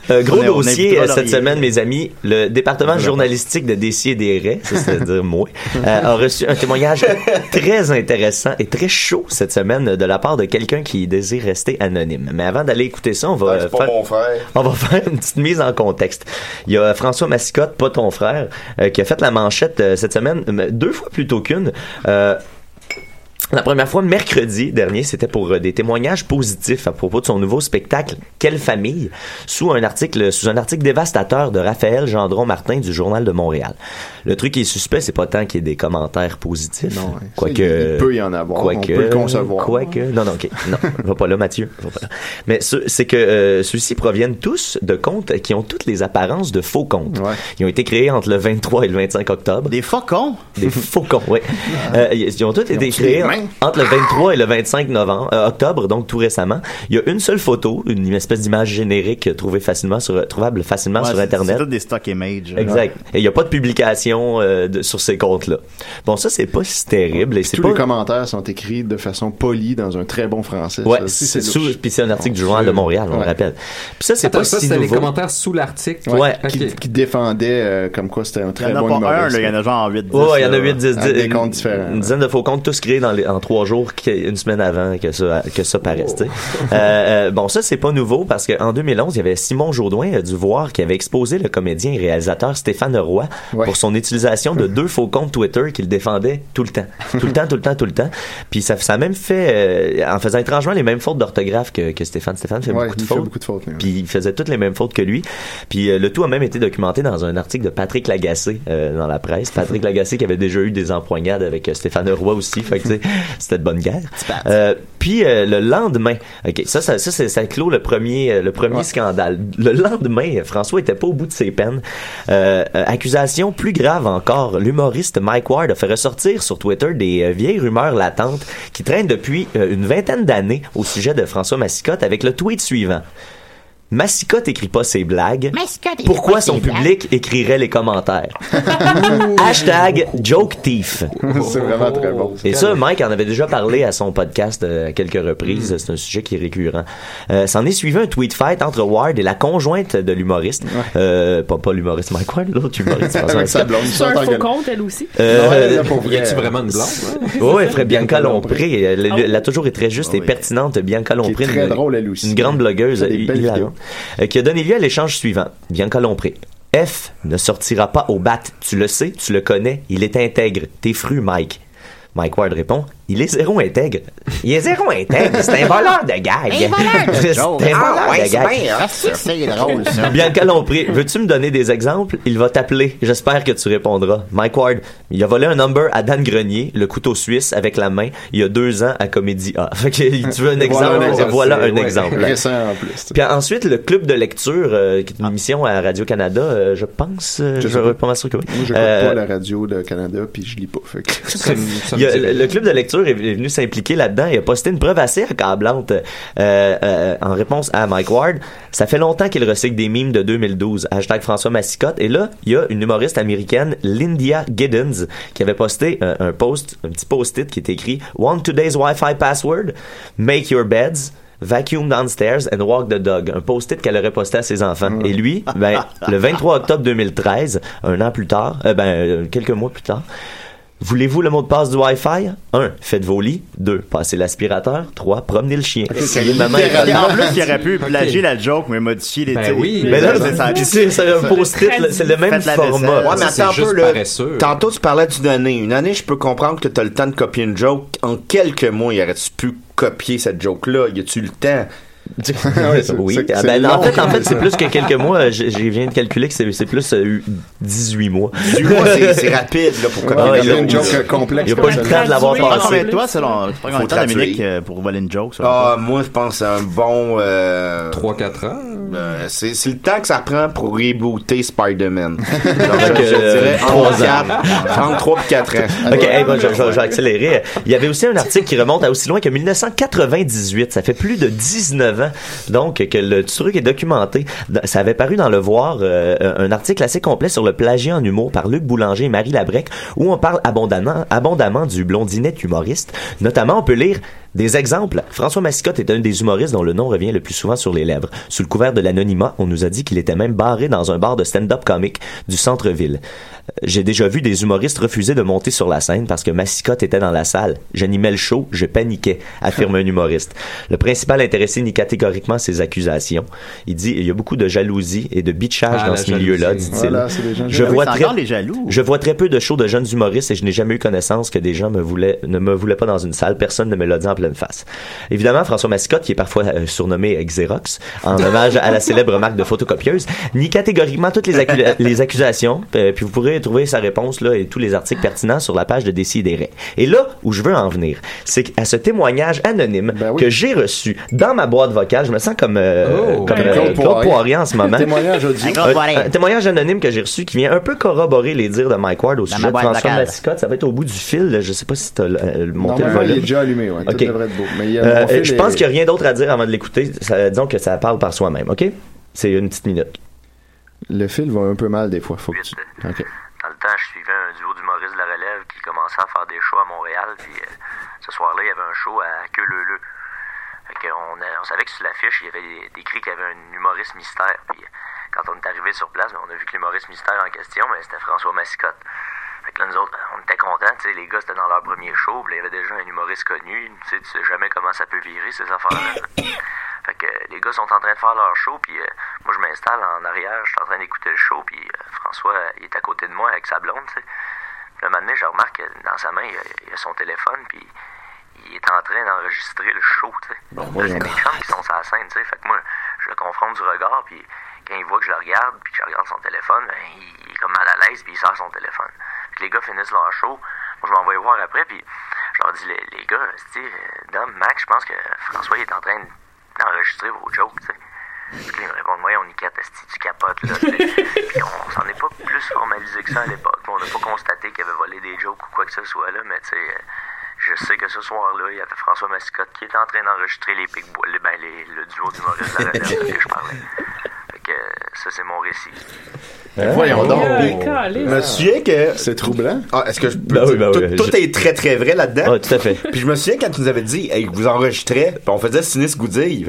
Euh, gros
On est- on
dossier
invitera
euh, cette
Laurier.
semaine, mes amis. Le département journalistique de Dessier des Raies, ça, c'est-à-dire moi, euh, a reçu un
<laughs>
témoignage très intéressant et très chaud cette semaine de la part de quelqu'un qui désire rester anonyme. Mais avant d'aller écouter ça, on
Ah,
va euh,
C'est pas
faire...
mon frère.
On va <laughs> faire une petite mise en contexte. Il y a François Massicotte, pas ton frère, euh, qui a fait la manchette euh, cette semaine, mais deux fois plutôt qu'une. Euh, la première fois, mercredi dernier, c'était pour euh, des témoignages positifs à propos de son nouveau spectacle Quelle famille, sous un article, sous un article dévastateur de Raphaël Gendron-Martin du Journal de Montréal. Le truc qui est suspect, c'est pas tant qu'il y ait des commentaires positifs.
Non, ouais.
Quoique.
Il peut y en avoir, on
Quoique.
peut le concevoir.
Quoique. Non, non, ok. Non, <laughs> va pas là, Mathieu. Va pas là. Mais ce- c'est que euh, ceux-ci proviennent tous de comptes qui ont toutes les apparences de faux comptes. Ils ont été créés entre le 23 et le 25 octobre. Des
faux cons? <laughs>
Des faux cons, oui. Euh, ils ils ont tous été
ont-tu des
créés
mains?
entre le 23 et le 25 novembre, euh, octobre, donc tout récemment. Il y a une seule photo, une espèce d'image générique euh, trouvée facilement sur, trouvable facilement
Ouais,
sur
c'est-
Internet.
C'est tout des stock images.
Exact. Et il n'y a pas de publication euh, de- sur ces comptes-là. Bon, ça, c'est pas si terrible. Et c'est
Tous
pas...
les commentaires sont écrits de façon polie dans un très bon français.
Ouais,
Ça aussi,
c'est
louche.
sous, puis c'est un article du Journal de Montréal, on le
Ouais.
rappelle. Puis ça, c'est
Attends,
pas
ça,
si
c'était les
nouveau.
commentaires sous l'article.
Ouais,
Ouais,
qui,
ok.
qui défendait euh, comme quoi c'était un
Il
très
y en
bon
a pas un,
humoriste. Ah,
là, il y en a genre 8, 10.
Ouais, il y en a 8, 10, 10.
Des comptes différents.
Une dizaine de faux comptes, tous créés dans les- en trois jours, qui- une semaine avant que ça, que ça paraisse. tu sais. Euh, euh, bon, ça, c'est pas nouveau parce qu'en 2011, il y avait Simon Jourdouin euh, du Voir qui avait exposé le comédien et réalisateur Stéphane Roy pour son utilisation de deux faux comptes Twitter qu'il défendait tout le temps. Tout le temps, tout le temps, tout le temps. Puis ça, ça a même fait, euh, en faisant étrangement les mêmes fautes d'orthographe que, que Stéphane. Stéphane fait
Ouais,
beaucoup de
il fait
fautes.
beaucoup de fautes. mais ouais.
Puis il faisait toutes les mêmes fautes que lui. Puis euh, le tout a même été documenté dans un article de Patrick Lagacé euh, dans la presse. Patrick Lagacé qui avait déjà eu des empoignades avec euh, Stéphane Roy aussi. Fait que, tu sais, c'était de bonne guerre. Euh, puis euh, le lendemain, ok, ça, ça, ça, c'est- ça clôt le premier, euh, le premier scandale. Le lendemain, euh, François était pas au bout de ses peines. Euh, euh, accusation plus grave encore. L'humoriste Mike Ward a fait ressortir sur Twitter des euh, vieilles rumeurs latentes qui traînent depuis euh, une vingtaine d'années au sujet de François Massicotte avec le tweet suivant. Massicotte écrit pas ses blagues.
Mascotte écrit
Pourquoi
pas
son
ses blagues.
public écrirait les commentaires? <laughs> Hashtag joke thief.
C'est vraiment très bon.
Et ça, Mike en avait déjà parlé à son podcast euh, à quelques reprises. C'est un sujet qui est récurrent. Euh, S'en est suivi un tweet fight entre Ward et la conjointe de l'humoriste. Euh, pas pas l'humoriste Mike Ward, l'autre
<laughs>
humoriste.
Avec sa blonde,
C'est un faux compte, elle aussi.
Euh, <laughs>
y a-tu vraiment une
<laughs>
blonde?
Oui, Fred Bianca Lompré. Elle, elle- elle a toujours été très
Ah
juste et pertinente, Bianca Lompré.
très
une,
drôle, elle aussi.
Une grande blogueuse,
Elle fait des
hi-
belles
hilarante,
vidéos.
euh, qui a donné lieu à l'échange suivant. Bianca Lompré. F ne sortira pas au bat. Tu le sais, tu le connais, il est intègre. T'es fru, Mike. Mike Ward répond Il est zéro intègre. Il est zéro intègre. C'est un voleur de gag.
Un voleur de
<laughs> C'est un
joke.
voleur
Ah ouais,
de
c'est
gag.
bien, hein, ça. C'est
<laughs>
drôle, ça.
Bianca Lompré, veux-tu me donner des exemples? Il va t'appeler. J'espère que tu répondras. Mike Ward, il a volé un number à Dan Grenier, le couteau suisse avec la main, il y a deux ans à Comédie <laughs> A. Fait que, tu veux un exemple? Voilà un exemple.
Ouais, Récent en plus. Ah.
Puis ensuite, le club de lecture, euh, qui est une émission à Radio-Canada, euh, je pense. euh, je
Je sais
ne
pas.
pas mal sûr que oui.
Moi, je
Euh,
pas la radio de Canada, puis je lis pas. Fait
<laughs>
que ça me- ça me
il y a-
dit
le, le club de lecture est est venu s'impliquer là-dedans. Il a posté une preuve assez accablante euh, euh, en réponse à Mike Ward. Ça fait longtemps qu'il recycle des mimes de 2012. Hashtag François Massicotte. Et là, il y a une humoriste américaine, Lindia Giddens, qui avait posté un, un post, un petit post-it qui était écrit « Want today's Wi-Fi password? Make your beds. » Vacuum downstairs and walk the dog. Un post-it qu'elle aurait posté à ses enfants. Et lui, ben, le 23 octobre 2013, un an plus tard, euh, ben, euh, quelques mois plus tard, Voulez-vous le mot de passe du Wi-Fi? 1. Faites vos lits. 2. Passez l'aspirateur. 3. Promenez le chien.
C'est
Et maman-
littéralement- En plus, il aurait pu
Ok.
plagier la joke, mais modifier les
Ben
tu sais,
oui,
les-
mais là,
les-
c'est-
ça-
puis c'est- c'est un post-it, là, c'est le même
Faites la
format.
vaisselle.
Ouais, mais
Ça, c'est
attends un
juste
peu, là.
paresseux.
Tantôt, tu parlais d'une année. Une année, je peux comprendre que t'as le temps de copier une joke. En quelques mois, il aurait-tu pu copier cette joke-là? Y a-tu
<laughs>
le temps?
oui. Ah, ben, en fait, en fait c'est plus que quelques <laughs> mois. Je, je viens de calculer que c'est c'est plus euh, 18 mois.
18
<laughs>
mois, c'est- c'est rapide, là, pour copier
Ouais, là,
une joke
euh,
oui.
complexe
Il n'y a pas eu
comme
le
ça.
temps de l'avoir
Traduire,
passé.
mais toi, selon- tu prends combien de temps, Dominique,
euh,
pour voler une joke?
Ah, moi, je pense à un bon. 3-4 ans. c'est c'est le temps que ça prend pour rebooter
<laughs>
Spider-Man. Donc, je, je
euh,
dirais
trois
entre
ans.
quatre- entre 3 et 4 ans.
Ok, hey, bon, je, je- je vais accélérer. Il y avait aussi un article qui remonte à aussi loin que 1998. Ça fait plus de 19 ans, donc, que le truc est documenté. Dans- Ça avait paru dans Le Voir, euh, un article assez complet sur le plagiat en humour par Luc Boulanger et Marie Labrec, où on parle abondamment, abondamment du blondinet humoriste. Notamment, on peut lire des exemples. François Massicotte est un des humoristes dont le nom revient le plus souvent sur les lèvres. Sous le couvert de l'anonymat, on nous a dit qu'il était même barré dans un bar de stand-up comique du centre-ville. Euh, J'ai déjà vu des humoristes refuser de monter sur la scène parce que Massicotte était dans la salle. J'animais le show, je paniquais, affirme un humoriste. Le principal intéressé nie catégoriquement ces accusations. Il dit il y a beaucoup de jalousie et de bitchage
Ah,
dans
la
ce milieu-là,
jalousie.
dit-il.
Voilà, c'est des gens
je
jaloux.
vois
Ah oui, c'est
très
encore les jaloux.
je vois très peu de shows de jeunes humoristes et je n'ai jamais eu connaissance que des gens me voulaient, ne me voulaient pas dans une salle. Personne ne me l'a dit en pleine face. Évidemment, François Mascotte, qui est parfois euh, surnommé euh, Xerox, en
<laughs>
hommage à la célèbre marque de photocopieuse, nie catégoriquement toutes les, accu-
<laughs>
les accusations. Euh, puis vous pourrez trouver sa réponse là, et tous les articles pertinents sur la page de Décideret. Et là où je veux en venir, c'est à ce témoignage anonyme
Ben
que j'ai reçu dans ma boîte vocale. Je me sens comme, euh,
Oh.
comme
Comme
euh,
Claude
Claude
Poirier.
Poirier en ce moment. Euh,
Témoignage audio.
Un-
Claude Poirier.
un témoignage anonyme que j'ai reçu qui vient un peu corroborer les dires de Mike Ward au
Dans
sujet
ma
de
boîte
François
vocale.
Massicotte. Ça va être au bout du fil. là. Je sais pas si tu as monté le
Normalement, il est
volume.
déjà allumé, ouais. Tout
Ok.
devrait être beau. Mais il y a
Euh,
mon fil
je
est-
pense qu'il n'y a rien d'autre à dire avant de l'écouter. Ça- Disons que ça parle par soi-même, OK? C'est une petite minute.
Le fil va un peu mal des fois. Faut que tu. Ok.
Dans le temps, je suivais un duo d'humoristes de la relève qui commençait à faire des shows à Montréal. Puis euh, ce soir-là, il y avait un show à queue leu on, a- on savait que sur l'affiche, il y avait des- décrit qu'il y avait un humoriste mystère. Puis euh, quand on est arrivé sur place, ben, on a vu que l'humoriste mystère en question, ben, c'était François Massicotte. Fait que là, nous autres, ben, on était contents. tu sais, Les gars, c'était dans leur premier show. puis là, Il y avait déjà un humoriste connu. Tu sais, tu sais jamais comment ça peut virer, ces affaires-là. Fait que euh, les gars sont en train de faire leur show, puis euh, moi je m'installe en arrière, je suis en train d'écouter le show, puis euh, François, euh, il est à côté de moi avec sa blonde, tu sais. Puis un moment donné, je remarque que dans sa main, il a, il a son téléphone, puis il est en train d'enregistrer le show, tu sais. Là, c'est mes chums qui sont sur la scène, tu sais. Fait que moi, je le confronte du regard, puis quand il voit que je le regarde, puis que je regarde son téléphone, ben, il, il est comme mal à l'aise, puis il sort son téléphone. Fait que les gars finissent leur show, moi je m'en vais voir après, puis je leur dis, les, les gars, tu sais, euh, Dom, Max, je pense que François, il est en train de d'enregistrer vos jokes, tu sais. Puis là, ils me répondent, ouais, on y catastrophe, tu capotes, là, tu sais. Puis on s'en est pas plus formalisé que ça à l'époque. On n'a pas constaté qu'il avait volé des jokes ou quoi que ce soit, là, mais tu sais, euh, je je sais que ce soir-là, il y avait François Mascotte qui était en train d'enregistrer les Big Boy- les- ben, les- le duo d'humoristes de
<laughs>
la relève que je parlais. Fait que ça, c'est mon récit.
Ben, Voyons donc.
Euh,
Puis,
caliste.
je me souviens que.
C'est troublant.
Ah, est-ce que je peux.
Ben oui, ben oui,
tout, tout
je-
est très très vrai là-dedans.
Ah, tout à fait.
Puis je me souviens quand tu nous avais dit hey, que vous enregistrez, puis on faisait Sinis
<laughs>
Goudille.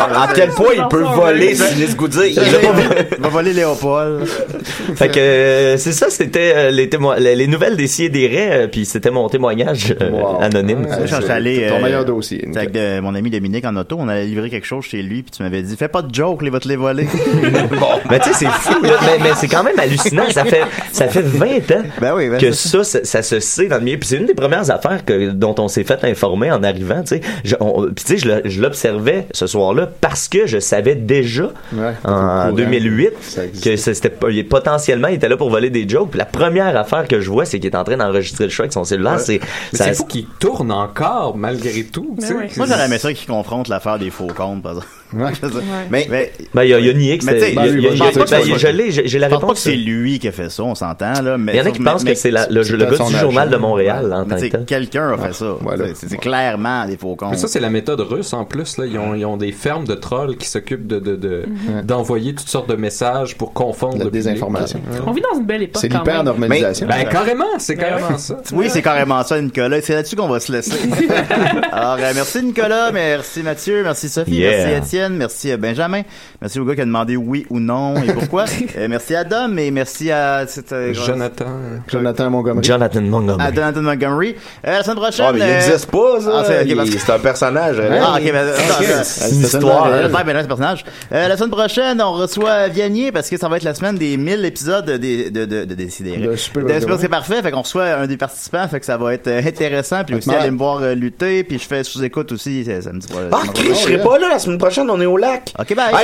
Ah, à quel point il peut voler Sinis Goudille.
Il va voler Léopold.
<laughs> Fait que euh, c'est ça, c'était euh, les, témo- les, les nouvelles des Scies et des raies, euh, puis c'était mon témoignage euh, anonyme.
Ça, quand j'étais allé,
<laughs>
euh,
dossier.
j'étais Avec de- mon ami Dominique en auto, on allait livrer quelque chose chez lui, puis tu m'avais dit Fais pas de joke, les va te
<laughs>
les voler. <laughs> Ben,
Mais tu sais, c'est fou, là. Mais, mais c'est quand même hallucinant. Ça fait, ça fait 20 ans
ben,
que
c'est
ça, ça, ça se sait dans le milieu. Puis c'est une des premières affaires que, dont on s'est fait informer en arrivant, tu sais. Je- on- Puis tu sais, je le- je l'observais ce soir-là parce que je savais déjà en 2008 que ça, c'était pas- il- potentiellement il était là pour voler des jokes. Puis la première affaire que je vois, c'est qu'il est en train d'enregistrer le show avec son cellulaire.
Ouais.
C'est
Mais c'est fou qu'il tourne encore malgré tout. tu sais.
Moi, j'aurais aimé ça qui confronte l'affaire des faux comptes, par exemple. Mais, mais,
Ben, il y a, il y a nié que
mais tu
c'était.
sais,
il y a- il y a-
je
il y
pense
a-
pas que
ben,
ce soit-
Je l'ai, j'ai j'ai la
je pense pas que
réponse.
c'est lui qui a fait ça, on s'entend, là. Mais,
Il y en a qui pensent que c'est la- le- le gars du journal de Montréal, en
Mais
tant
tu sais,
que tel.
Quelqu'un
Ah,
a fait ça. Tu sais, C'est c'est clairement des faux comptes.
Mais ça, c'est la méthode russe en plus. Là. Ils, ont, ils ont des fermes de trolls qui s'occupent de, de- de-
Mhm.
d'envoyer toutes sortes de messages pour confondre le
désinformation.
Public.
On vit dans une belle époque.
C'est
quand même.
l'hyper-normalisation. Mais- Ben, carrément, c'est carrément
Ouais.
ça.
Oui, c'est carrément ça, Nicolas. C'est là-dessus qu'on va se
<laughs>
laisser. Alors, euh, merci Nicolas, merci Mathieu, merci Sophie,
Yeah.
merci Étienne, merci euh, Benjamin, merci au gars qui a demandé oui ou non et
<laughs>
pourquoi. Euh, merci à Dom et merci à cette, euh, grosse-
Jonathan Montgomery.
Jonathan
à
Montgomery.
Jonathan Montgomery. Euh, la semaine prochaine.
Ah, mais il
euh,
n'existe pas, ça.
ah, c'est, ok,
Il-
parce que-
C'est un personnage.
Ah, ok, mais
réel.
attends,
Ok.
attends.
C'est une
hein.
histoire. hein.
Le
réelle.
père Benoît, ben c'est un personnage. Euh, la semaine prochaine, on reçoit Vianier parce que ça va être la semaine des 1000 épisodes des, de, de, de Décidérés.
De Super
De
Mario.
Super, c'est parfait. Fait qu'on reçoit un des participants. Fait que ça va être euh, intéressant. Puis aussi,
Maintenant-
allez me voir euh, lutter. Puis je fais sous-écoute aussi euh, samedi.
Ah, Chris, je serai pas là la semaine prochaine, on est au lac.
Ok, bye.
Hey,